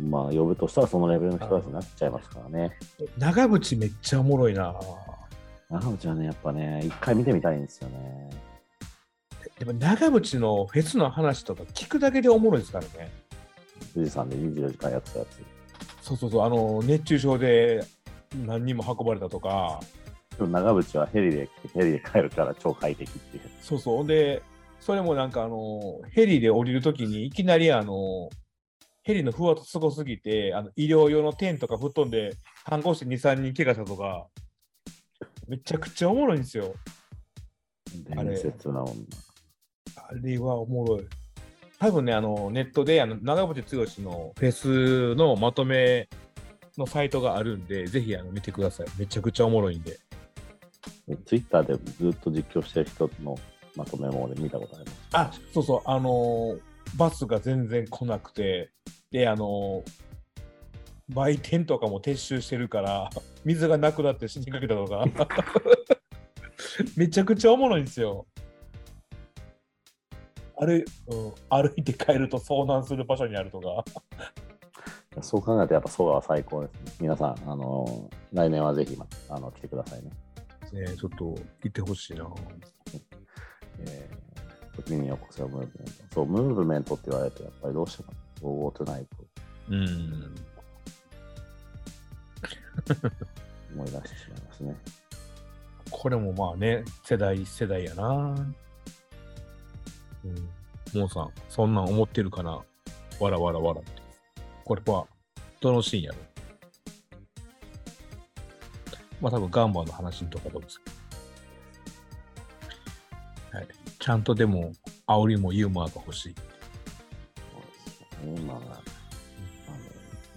まあ、呼ぶとしたら、そのレベルの人たちになっちゃいますからね。
長渕めっちゃおもろいな
長渕はね、やっぱね、一回見てみたいんですよね。
でも長渕のフェスの話とか聞くだけでおもろいですからね
富士山で24時間やってたやつ。
そうそうそう、あの熱中症で何人も運ばれたとか、
でも長渕はヘリで来て、ヘリで帰るから超快適っていう。
そうそう、で、それもなんかあの、ヘリで降りるときに、いきなりあの、ヘリの不安とすごすぎて、あの医療用のテンとか布団で反抗して2、3人怪我したとか、めちゃくちゃおもろいんですよ。あれ
伝説な女。
あれはおもろい。多分ね、あのネットであの長渕剛のフェスのまとめのサイトがあるんで、ぜひあの見てください。めちゃくちゃおもろいんで。
ツイッターでずっと実況してる人のまとめも俺見たことあります。
あそうそう、あのーバスが全然来なくて、で、あのー売店とかも撤収してるから、 [laughs] 水がなくなって [laughs] 死にかけたとか、めちゃくちゃおもろいんですよ。あれ、うん、歩いて帰ると遭難する場所にあるとか。
そう考えるとやっぱソガは最高ですね。皆さん、あのー来年はぜひ、まあの来てくださいね。
ねえちょっと行ってほしいな。
えー、時に起こせよムーブメント。そう、ムーブメントって言われると、やっぱりどうしても、ゴートナイト
うん。
思い出してしまいますね。
これもまあね、世代世代やな。うん。モーさん、そんなん思ってるかなわらわらわらって。これは、どのシーンやろまあ多分ガンバの話とかどうですか。はい。ちゃんとでも、煽りもユーモアが欲しい。
今は、あ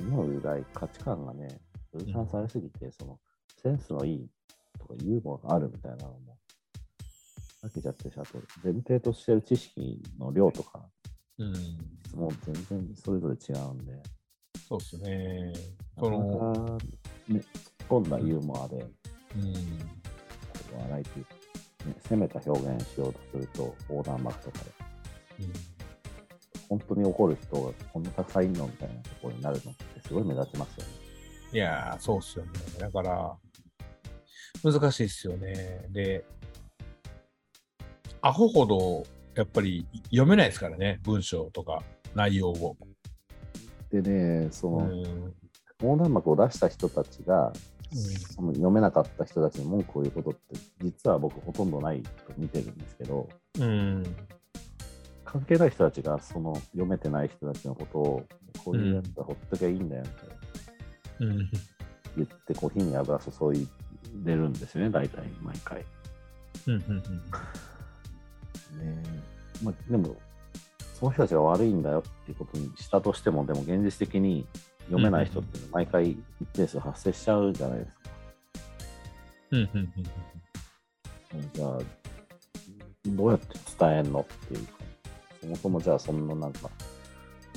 の、今の時代、価値観がね、分散されすぎて、その、センスのいいとか、ユーモアがあるみたいなのも、飽きちゃってるし、あと、前提としてる知識の量とか、
うん。
もう全然それぞれ違うんで、
そうですね。
な
そ
か
の、
なか、ね、突っ込んだユーモアで、
うん。
笑いというか、ね、攻めた表現しようとすると、横断幕とかで、
うん
本当に怒る人がこんなたくさんいるのみたいなところになるのってすごい目立ちますよね。
いやー、そうっすよね。だから、難しいっすよね。で、アホほど、やっぱり読めないですからね、文章とか内容を。
でね、そうの
ん。
横断幕を出した人たちが、その読めなかった人たちに文句を言うことって、実は僕ほとんどないと見てるんですけど、
うん。
関係ない人たちがその読めてない人たちのことを、こういうやつはほっときゃいいんだよみたいな
うん。
言って、こう火に油注いでるんですよね、大体毎回。
うん。うん
ねまあ、でも、その人たちが悪いんだよっていうことにしたとしても、でも現実的に読めない人っていうのは毎回一定数発生しちゃうじゃないですか。
うん。うん。うん。
じゃあ、どうやって伝えんのっていうか、そもそもじゃあそんななんか、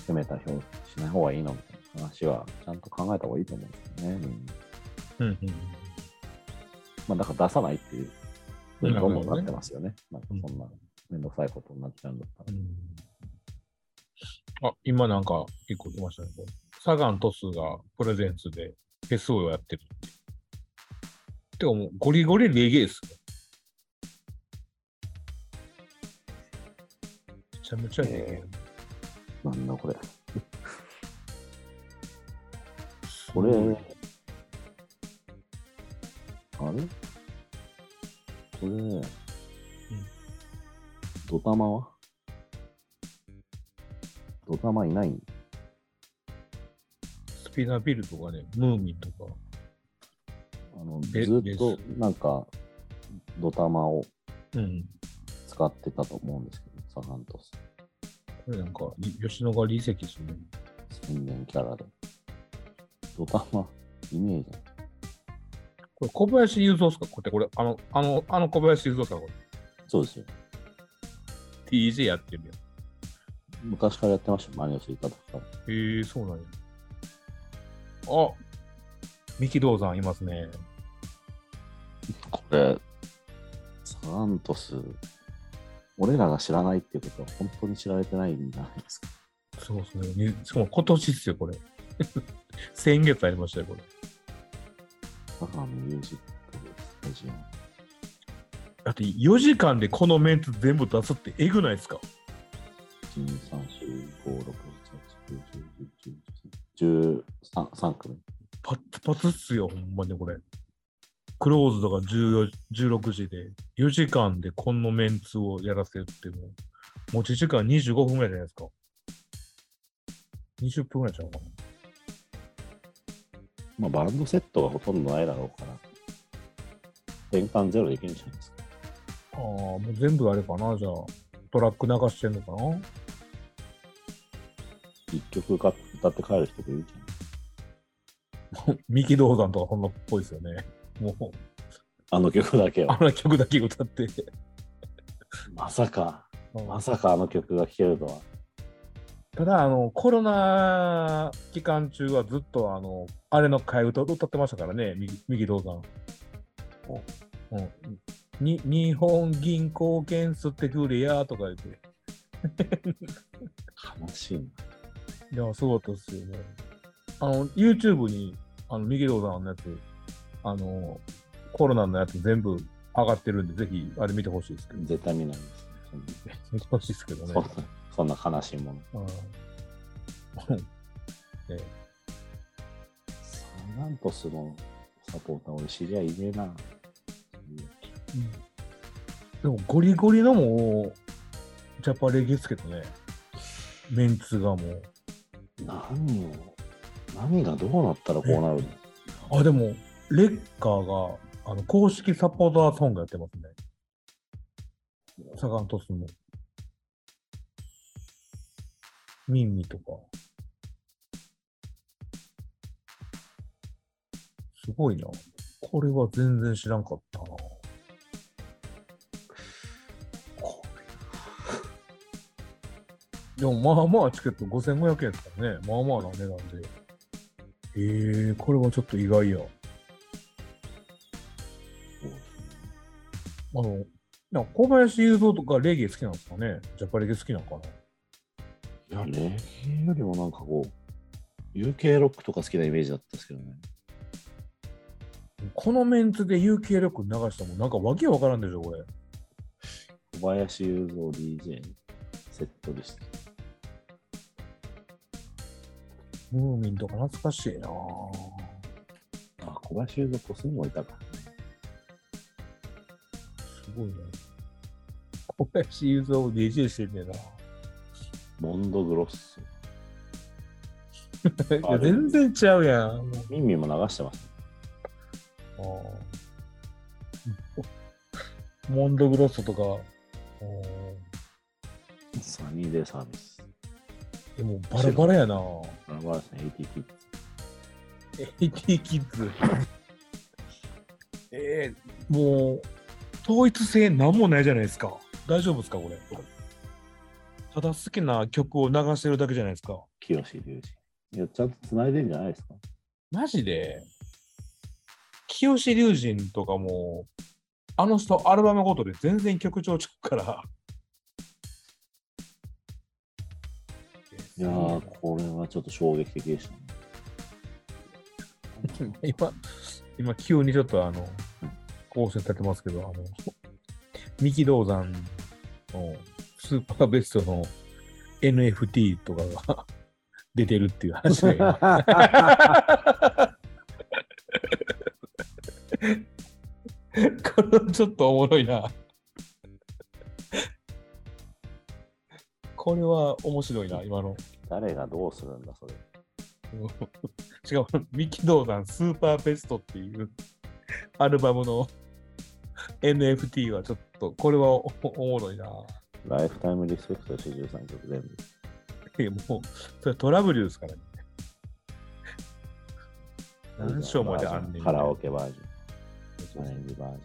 攻めた表現しない方がいいのみたいな話は、ちゃんと考えた方がいいと思うんですよね。うん
うん。うん。
まあ、だから出さないっていう、
なる
ど
ほ
ん
どね
どんなってますよね。なんかそんな、めんどくさいことになっちゃうんだったら。
あ、今なんか一個来ましたね。サガントスがプレゼンツでフェスをやってるって。てかもうゴリゴリレゲエですね。めちゃめちゃレゲエ。
なんだこれ。
こ
これ、
れ
あれこれ、ドタマはドタマいない
スピナビルとかね、ムーミンとか。
あの
で
ず
で
っ
す
となんかドタマを
うん。
使ってたと思うんですけど、サガントス。
これなんか、い吉野ヶ里遺跡ですね。
宣伝キャラで。ドタマ、イメージ。
これ小林雄三ですかこれ、これ、あの、あの、あの小林雄三さんが
そうですよ。
TJ やってるやん。
昔からやってました、マネをしていた時から。
へえそうなんや。あ三木道山いますね。
これ、サガントス、俺らが知らないっていうことは本当に知られてないんじゃないですか。
そうですね。にしかも今年っすよ、これ。 [laughs] 先月ありましたよ、これ。
サガンミュージックスタジ
だって4時間でこのメンツ全部出すってえぐないですか
オ、1、2、3、4、5、6、7、8、9、10、11、13、3組。
パッツパツっすよ、ほんまにこれ。クローズとか14 16時で、4時間でこのメンツをやらせるってもう、持ち時間25分ぐらいじゃないですか。 20分ぐらいちゃうかな。
まあ、バンドセットがほとんどないだろうから、転換ゼロでいけるんじゃないですか。
ああ、もう全部あれかな、じゃあ。トラック流してんのかな
一曲歌って帰る人がいるんじゃない
三木道山とかそんなっぽいですよね。もう、
あの曲だけ
あ
は。
の曲だけ歌って。
まさか、まさかあの曲が聴けるとは。
ただ、あの、コロナ期間中はずっと、あの、あれの替え歌を歌ってましたからね、右右道山。うん、に日本銀行券吸ってくれやとか言って。
悲しいな。
いや、すごかったですよね。あの、YouTube に、あの、右道山のやつ、あの、コロナのやつ全部上がってるんで、ぜひ、あれ見てほしいですけど、
絶対見ないですね。
見てほしいですけどね
そん。なそんな悲しいもの。
うん
サガントスのサポーター、俺知り合いいねえな。
でもゴリゴリのもうジャパレギですけどねメンツがもう
何を、何がどうなったらこうなるの
あでもレッカーがあの公式サポーターソングやってますねサガントスのミンミとかすごいなこれは全然知らんかったな
こ
でもまあまあチケット5500円ですからね。まあまあな値段で。えー、これはちょっと意外や。あの、なんか小林雄三とかレゲエ好きなんですかねジャパレゲ好きなのかない
や、レゲエよりもなんかこう、UK ロックとか好きなイメージだったんですけどね。
このメンツで有形力流したもんなんかわけわからんでしょ、これ。
小林雄三 DJ セットでした。
ムーミンとか懐かしいなぁ
あ、小林雄三コスにもいたか。
すごいな小林雄三を DJ してんね
モンドグロッソ。
えないや。全然ちゃうやん。
ミンミンも流してます。
あーモンドグロッソとか、あ
サニーデイサービス。
ーでもバラバラやな。
バラバラですね、AT キッズ。
AT キッズ。えー、もう、統一性なんもないじゃないですか。大丈夫ですか、これ。ただ好きな曲を流してるだけじゃないですか。
清志隆二。いや、ちゃんと繋いでんじゃないですか。
マジで、清志隆人とかも、あの人、アルバムごとで全然曲調ちゃうから。
いやー、これはちょっと衝撃的でしたね。
[laughs] 今、今、急にちょっとあの、構成立てますけど、あの、三木道山のスーパーベストの NFT とかが [laughs] 出てるっていう話が今 [laughs] これはちょっとおもろいな。これは面白いな、今の。 [laughs]
誰がどうするんだ、それ。
しかも、ミキドーダンスーパーベストっていうアルバムの NFT はちょっと、これはおおもろいな。
ライフタイムリスペクト63曲全部。
いやもう、それトラブルですからね。何章まであんねん。
カラオケバージョ
そ
ン、
う
ア
そう
レンジバージ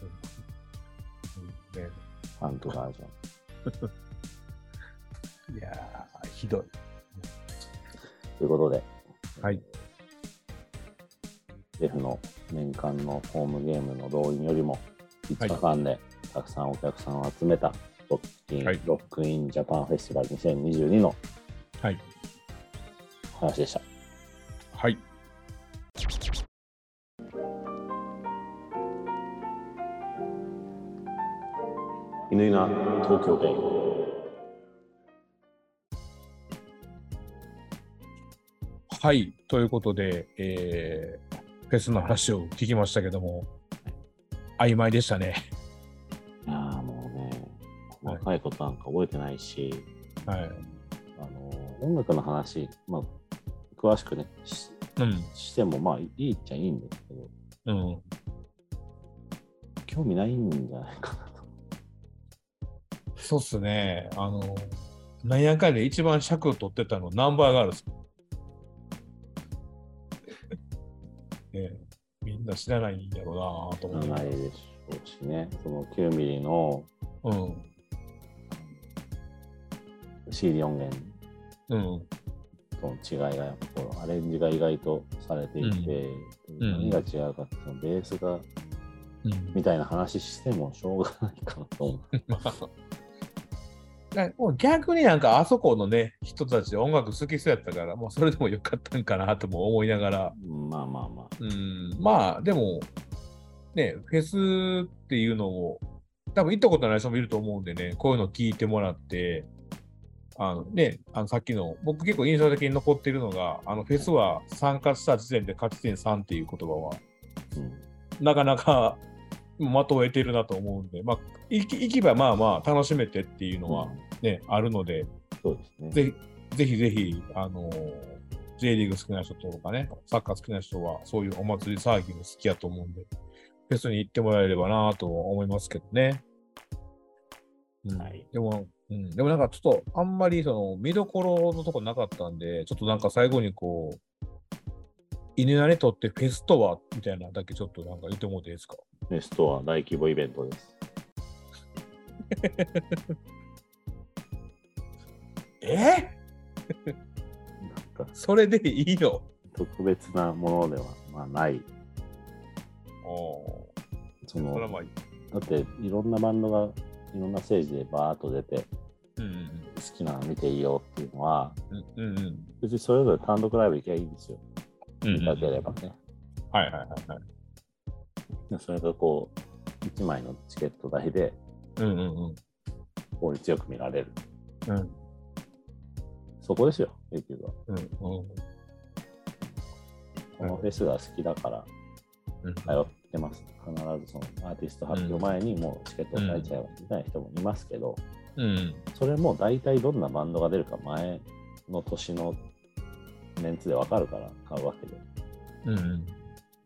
そうね
ョン、ファンクバージョン。
いやー、ひどい。
ということで、
はい。
ジェフの年間のホームゲームの動員よりも5日間でたくさんお客さんを集めたロッキン、
はい
ロックインジャパンフェスティバル2022の
はい。
話でした。
はい。
犬な東京弁。
はい。ということで、えーフェスの話を聞きましたけども、曖昧でしたね。
いやーもうね、細かいことなんか覚えてないし、
はい。
あのー音楽の話、まあ、詳しくね、し
うん。
しても、まあ、いいっちゃいいんですけど、
うん。
興味ないんじゃないかなと。
そうっすね。あの、なんやかんやで一番尺を取ってたのナンバーガールズ。ね [laughs] えみんな知らないんだろうなと思
知らないでしょうしね、その9ミリの
う。
CD 音源
うん。うん。
との違いが、やっぱこうアレンジが意外とされていて、
うん
何が違うかっていうのベースが、
うん、
みたいな話してもしょうがないかなと思う。
なもう逆になんかあそこのね人たち音楽好きそうやったからもうそれでもよかったんかなとも思いながら
うんまあまあまあ。
うんまあでもねフェスっていうのを多分行ったことない人もいると思うんでねこういうの聞いてもらってあのねあのさっきの僕結構印象的に残ってるのがあのフェスは参加した時点で勝ち点3っていう言葉は
うん
なかなか [laughs] まとえてるなと思うんで、まあ、行き行けばまあまあ楽しめてっていうのはね、あるので
そうですね。
ぜひぜひぜひ、あのー J リーグ好きな人とかね、サッカー好きな人は、そういうお祭り騒ぎも好きやと思うんで、フェスに行ってもらえればなと思いますけどね。うん
はい
でも、うん、でもなんかちょっと、あんまりその見どころのとこなかったんで、ちょっとなんか最後にこう、犬なりとってフェスとはみたいなだけちょっとなんか言ってもらっていいですか。
ネストは大規模イベントです。
え
なんか
それでいいの
特別なものでは、まあ、ない。
おーそ
そ
れは
の
まあいい。
だっていろんなバンドがいろんなステージでバーッと出て
うん
好きなの見ていいよっていうのは
うんうんうんうん
別にそれぞれ単独ライブ行けばいいんですよ。
うんうん。
見たければね。
はいはいはいはい。
でそれがこう1枚のチケット代で
うんうんうん。
効率よく見られる。
うん
そこですよ、結局は。
うんうん
このフェスが好きだから
うん
通ってます。必ずそのアーティスト発表前にもうチケット買えちゃえばみたいな人もいますけど、
うん
それも大体どんなバンドが出るか前の年のメンツでわかるから買うわけで。
うんうん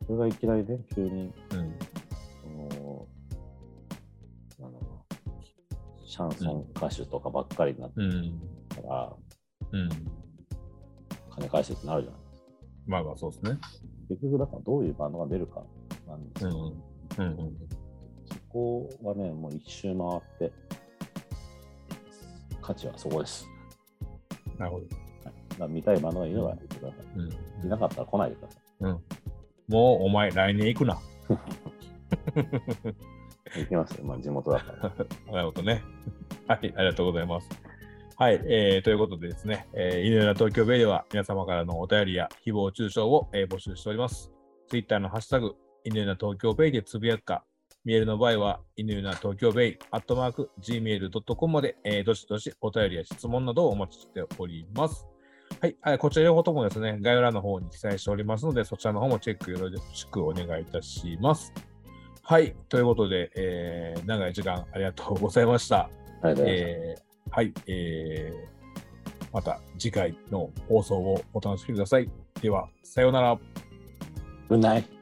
それがいきなりね、急に、
うん
その、なんだろうな、シャンソン歌手とかばっかりになっ
うん
たら、
うん
金返してってなるじゃない
まあまあそうですね。
結局、だからどういうバンドが出るかなんです
うん
よ。
うんうん
そこはね、もう一周回って、価値はそこです。
なるほど。
はい、だから見たいバンドがいれば行ってくださ
うん
い。いなかったら来ないでくださ
もうお前来年行くな。
い。行きますよ、まあ、地元だから。
なるほどね。 [laughs] はい、ありがとうございます。はい、えーということでですね、えー、犬な東京ベイでは皆様からのお便りや誹謗中傷を、えー募集しております。ツイッターのハッシュタグ、犬な東京ベイでつぶやくか、メールの場合は、犬な東京ベイ、アットマーク、gmail.com まで、えーどしどしお便りや質問などをお待ちしております。はい、あこちら両方ともですね、概要欄の方に記載しておりますので、そちらの方もチェックよろしくお願いいたします。はい、ということで、えー長い時間ありがとうございました。
ありがとうございまし
[laughs] え
た。
ーはい、えーまた次回の放送をお楽しみください。では、さようなら。
Good night.